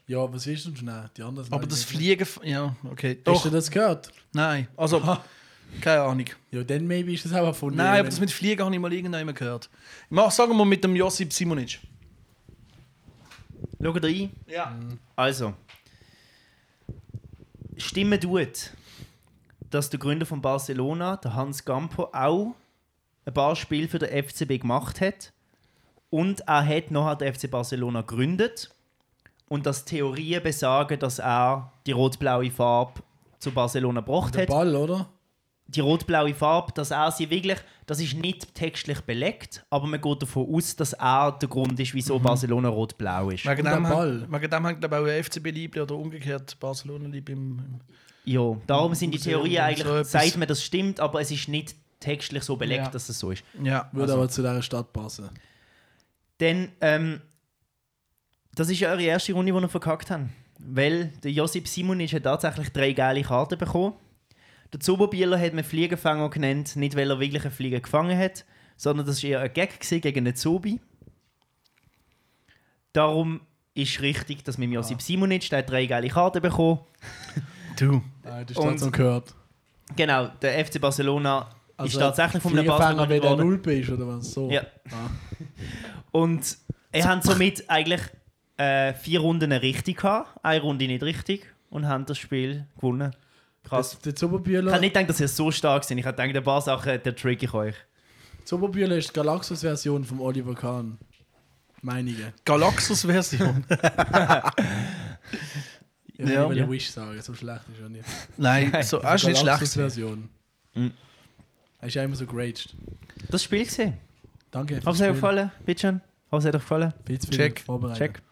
S1: Ja, was ist denn schnell? Die anderen sind
S3: Aber
S1: alle
S3: das
S1: nicht-
S3: Fliegen. f- Ja, okay.
S1: Hast du
S3: Doch,
S1: das gehört?
S3: nein. Also, keine Ahnung.
S1: Ja, dann maybe ist das auch erfunden.
S3: Nein, aber das mit Fliegen habe ich mal irgendwann gehört. Ich mach, sagen wir mal mit dem Josip Simonic.
S2: Schaut rein.
S3: Ja.
S2: Also. Stimmen tut, dass der Gründer von Barcelona, der Hans Gampo, auch ein paar Spiele für den FCB gemacht hat. Und er hat noch den FC Barcelona gegründet. Und dass Theorien besagen, dass er die rot-blaue Farbe zu Barcelona gebracht
S1: Der
S2: hat
S1: Ball, oder?
S2: die rot-blaue Farbe, dass er sie wirklich, das ist nicht textlich belegt, aber man geht davon aus, dass er der Grund ist, wieso Barcelona rot-blau ist.
S3: Wegen
S1: Und
S3: dem,
S1: der
S3: haben-
S1: Ball.
S3: wegen dem haben, glaube ich, auch ein FCB-Liebling oder umgekehrt Barcelona-Liebling im, im
S2: Ja, darum sind die
S3: Museum
S2: Theorien
S3: oder
S2: eigentlich,
S3: so etwas.
S2: sagt man, das stimmt, aber es ist nicht textlich so belegt,
S3: Ja.
S2: dass es so ist.
S3: Ja,
S1: Würde aber zu dieser Stadt passen.
S2: Denn ähm, das ist ja eure erste Runde, die ihr verkackt habt. Weil der Josip Simonic hat tatsächlich drei geile Karten bekommen. Der Zuberbieler hat man Fliegenfänger genannt, nicht weil er wirklich einen Flieger gefangen hat, sondern das war eher ein Gag gewesen gegen einen Zubi. Darum ist richtig, dass mit dem Josip Simonic, der hat drei geile Karten bekommen.
S3: du.
S1: Nein, die
S2: Und-
S1: Stadt so gehört. Also,
S2: Genau, der FC Barcelona
S3: Also
S2: ist tatsächlich vom Barcelona
S1: Fliegenfänger, wenn der
S2: geworden.
S1: Nulpe ist, oder was? So.
S2: Ja.
S1: Ah.
S2: Oh. Und er haben somit eigentlich äh, vier Runden richtig gehabt, eine Runde nicht richtig und haben das Spiel gewonnen. Krass.
S1: Der
S2: ich
S1: Zuberbühler
S2: habe nicht gedacht, dass ihr so stark sind. Ich habe gedacht, ein paar Sachen, der trick ich euch.
S1: Zuberbühler ist die Galaxus-Version von Oliver Kahn. Meinige. <laughs>
S3: Galaxus-Version.
S1: Ja, ich
S3: Ja.
S1: will
S2: Ja.
S1: Wish sagen, so schlecht ist er nicht.
S3: Nein,
S1: also
S3: so, das ist nicht schlecht. Hm.
S1: Version. Er ist ja immer so great.
S2: Das Spiel gesehen.
S1: Danke.
S2: Hat es euch gefallen? Bitte schön. Hat es euch gefallen?
S1: Check.
S3: Check.
S2: Check.
S1: Vorbereitet.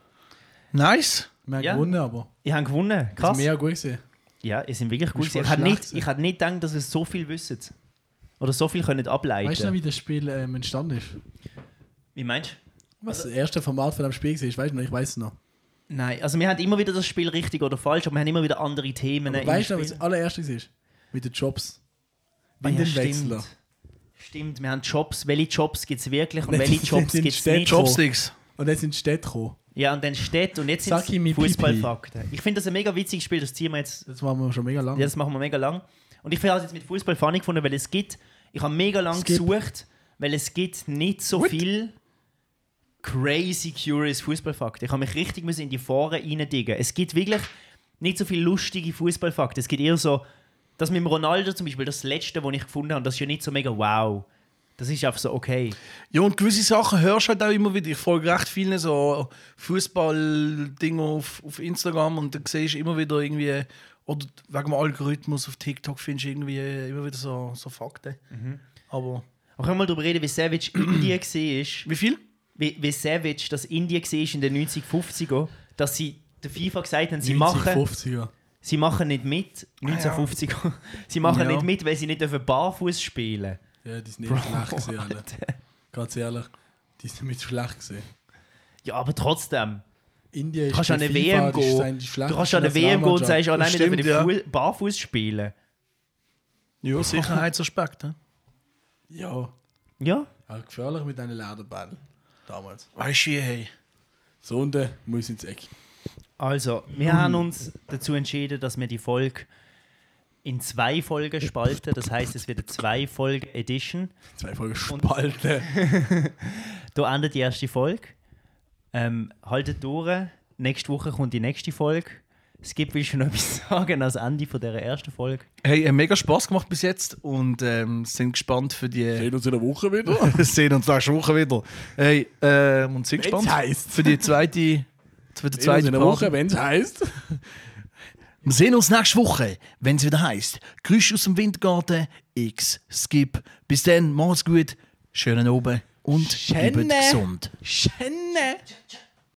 S3: Nice.
S1: Wir haben
S2: Ja.
S1: gewonnen, aber.
S2: Ich habe gewonnen.
S1: Das
S2: Krass.
S1: ist mega gut gewesen.
S2: Ja, ihr sind wirklich gut.
S1: Ist voll
S2: Ich habe
S1: schlecht
S2: nicht,
S1: gewesen.
S2: ich habe nicht gedacht, dass ihr so viel wisst. Oder so viel könnt ableiten.
S1: Weißt du noch, wie das Spiel ähm, entstanden ist?
S2: wie meinst du?
S1: Was
S2: Also
S1: das erste Format von dem Spiel war? Weißt du noch? Ich weiß es noch.
S2: Nein, also wir haben immer wieder das Spiel richtig oder falsch, aber wir haben immer wieder andere Themen. im
S1: weißt du noch,
S2: Spiel.
S1: was das allererste war? Mit den Jobs.
S2: Ah, ja,
S1: Windenwechsler.
S2: Stimmt. stimmt, wir haben Jobs. Welche Jobs gibt es wirklich und
S1: Nein,
S2: welche
S1: das
S2: Jobs
S1: sind
S2: gibt es
S1: Städte.
S2: nicht?
S1: Job-
S3: Chopsticks.
S1: Und dann sind die Städte gekommen.
S2: Ja, und dann steht und jetzt sind
S1: Sag ihm mein
S2: Fußballfakten. Ich finde das ein mega witziges Spiel, das ziehen wir jetzt.
S1: Das machen wir schon mega lange.
S2: Ja, das machen wir mega lang. Und ich habe es jetzt mit Fußball funny gefunden, weil es gibt, ich habe mega lang
S1: Skip.
S2: gesucht, weil es gibt nicht so viel crazy curious Fußballfakten. Ich habe mich richtig müssen in die Foren reindiggen. Es gibt wirklich nicht so viel lustige Fußballfakten. Es gibt eher so, das mit dem Ronaldo zum Beispiel, das letzte, was ich gefunden habe, das ist ja nicht so mega wow. Das ist einfach so okay.
S3: Ja, und gewisse Sachen hörst du halt auch immer wieder. Ich folge recht vielen so Fußball-Dingen auf, auf Instagram und dann siehst du immer wieder irgendwie, oder wegen dem Algorithmus auf TikTok findest du irgendwie immer wieder so, so Fakten.
S1: Mhm.
S3: Aber
S2: Aber können wir mal darüber reden, wie Savage Indien war.
S3: wie viel?
S2: wie, wie savage das Indien war in den 1950er, dass sie der FIFA gesagt haben, sie,
S1: 90er,
S2: machen,
S1: 50er.
S2: sie machen nicht mit, 1950er, <laughs> sie machen
S3: Ja.
S2: nicht mit, weil sie nicht dürfen barfuß spielen
S1: Ja, die sind nicht schlecht gewesen, alle. Ganz ehrlich, die sind nicht schlecht gewesen.
S2: Ja, aber trotzdem.
S1: Indien ist
S2: Du kannst an
S1: bei
S2: eine
S1: FIFA,
S2: WM
S1: die ist
S2: gehen.
S1: eine schlechte
S2: Du kannst an eine WM gehen und
S1: Nationalmannschaft.
S2: sagst, oh nein,
S3: Das
S2: wir dürfen nicht
S3: stimmt, ja.
S2: fu- barfuß spielen.
S3: Ja, Sicherheitsaspekt. hä?
S1: Ja,
S2: Ja,
S1: auch gefährlich mit einem Lederball. Damals.
S3: Weißt du, wie, hey.
S1: Sonde muss ins Eck.
S2: also, wir haben uns dazu entschieden, dass wir die Folge in zwei Folgen spalten. Das heißt, es wird eine Zwei-Folgen-Edition.
S1: Zwei Folgen Spalte.
S2: Da endet die erste Folge. Ähm, haltet durch. Nächste Woche kommt die nächste Folge. Es gibt, will schon noch etwas <laughs> sagen als Ende von dieser ersten Folge.
S3: Hey, hat mega Spaß gemacht bis jetzt und ähm, sind gespannt für die
S1: Sehen uns in der Woche wieder.
S3: <laughs> Szene und nächste Woche wieder. Hey, ähm, und sind
S1: Wenn's
S3: gespannt
S1: heisst.
S3: für die zweite, für
S1: Sehen
S3: die
S1: uns
S3: zweite
S1: in der
S3: Part.
S1: Woche, wenn es heisst.
S3: Wir sehen uns nächste Woche, wenn es wieder heißt Grüß aus dem Windgarten X Skip. Bis dann, macht's gut, schönen Oben und bleibt gesund.
S1: Schenne.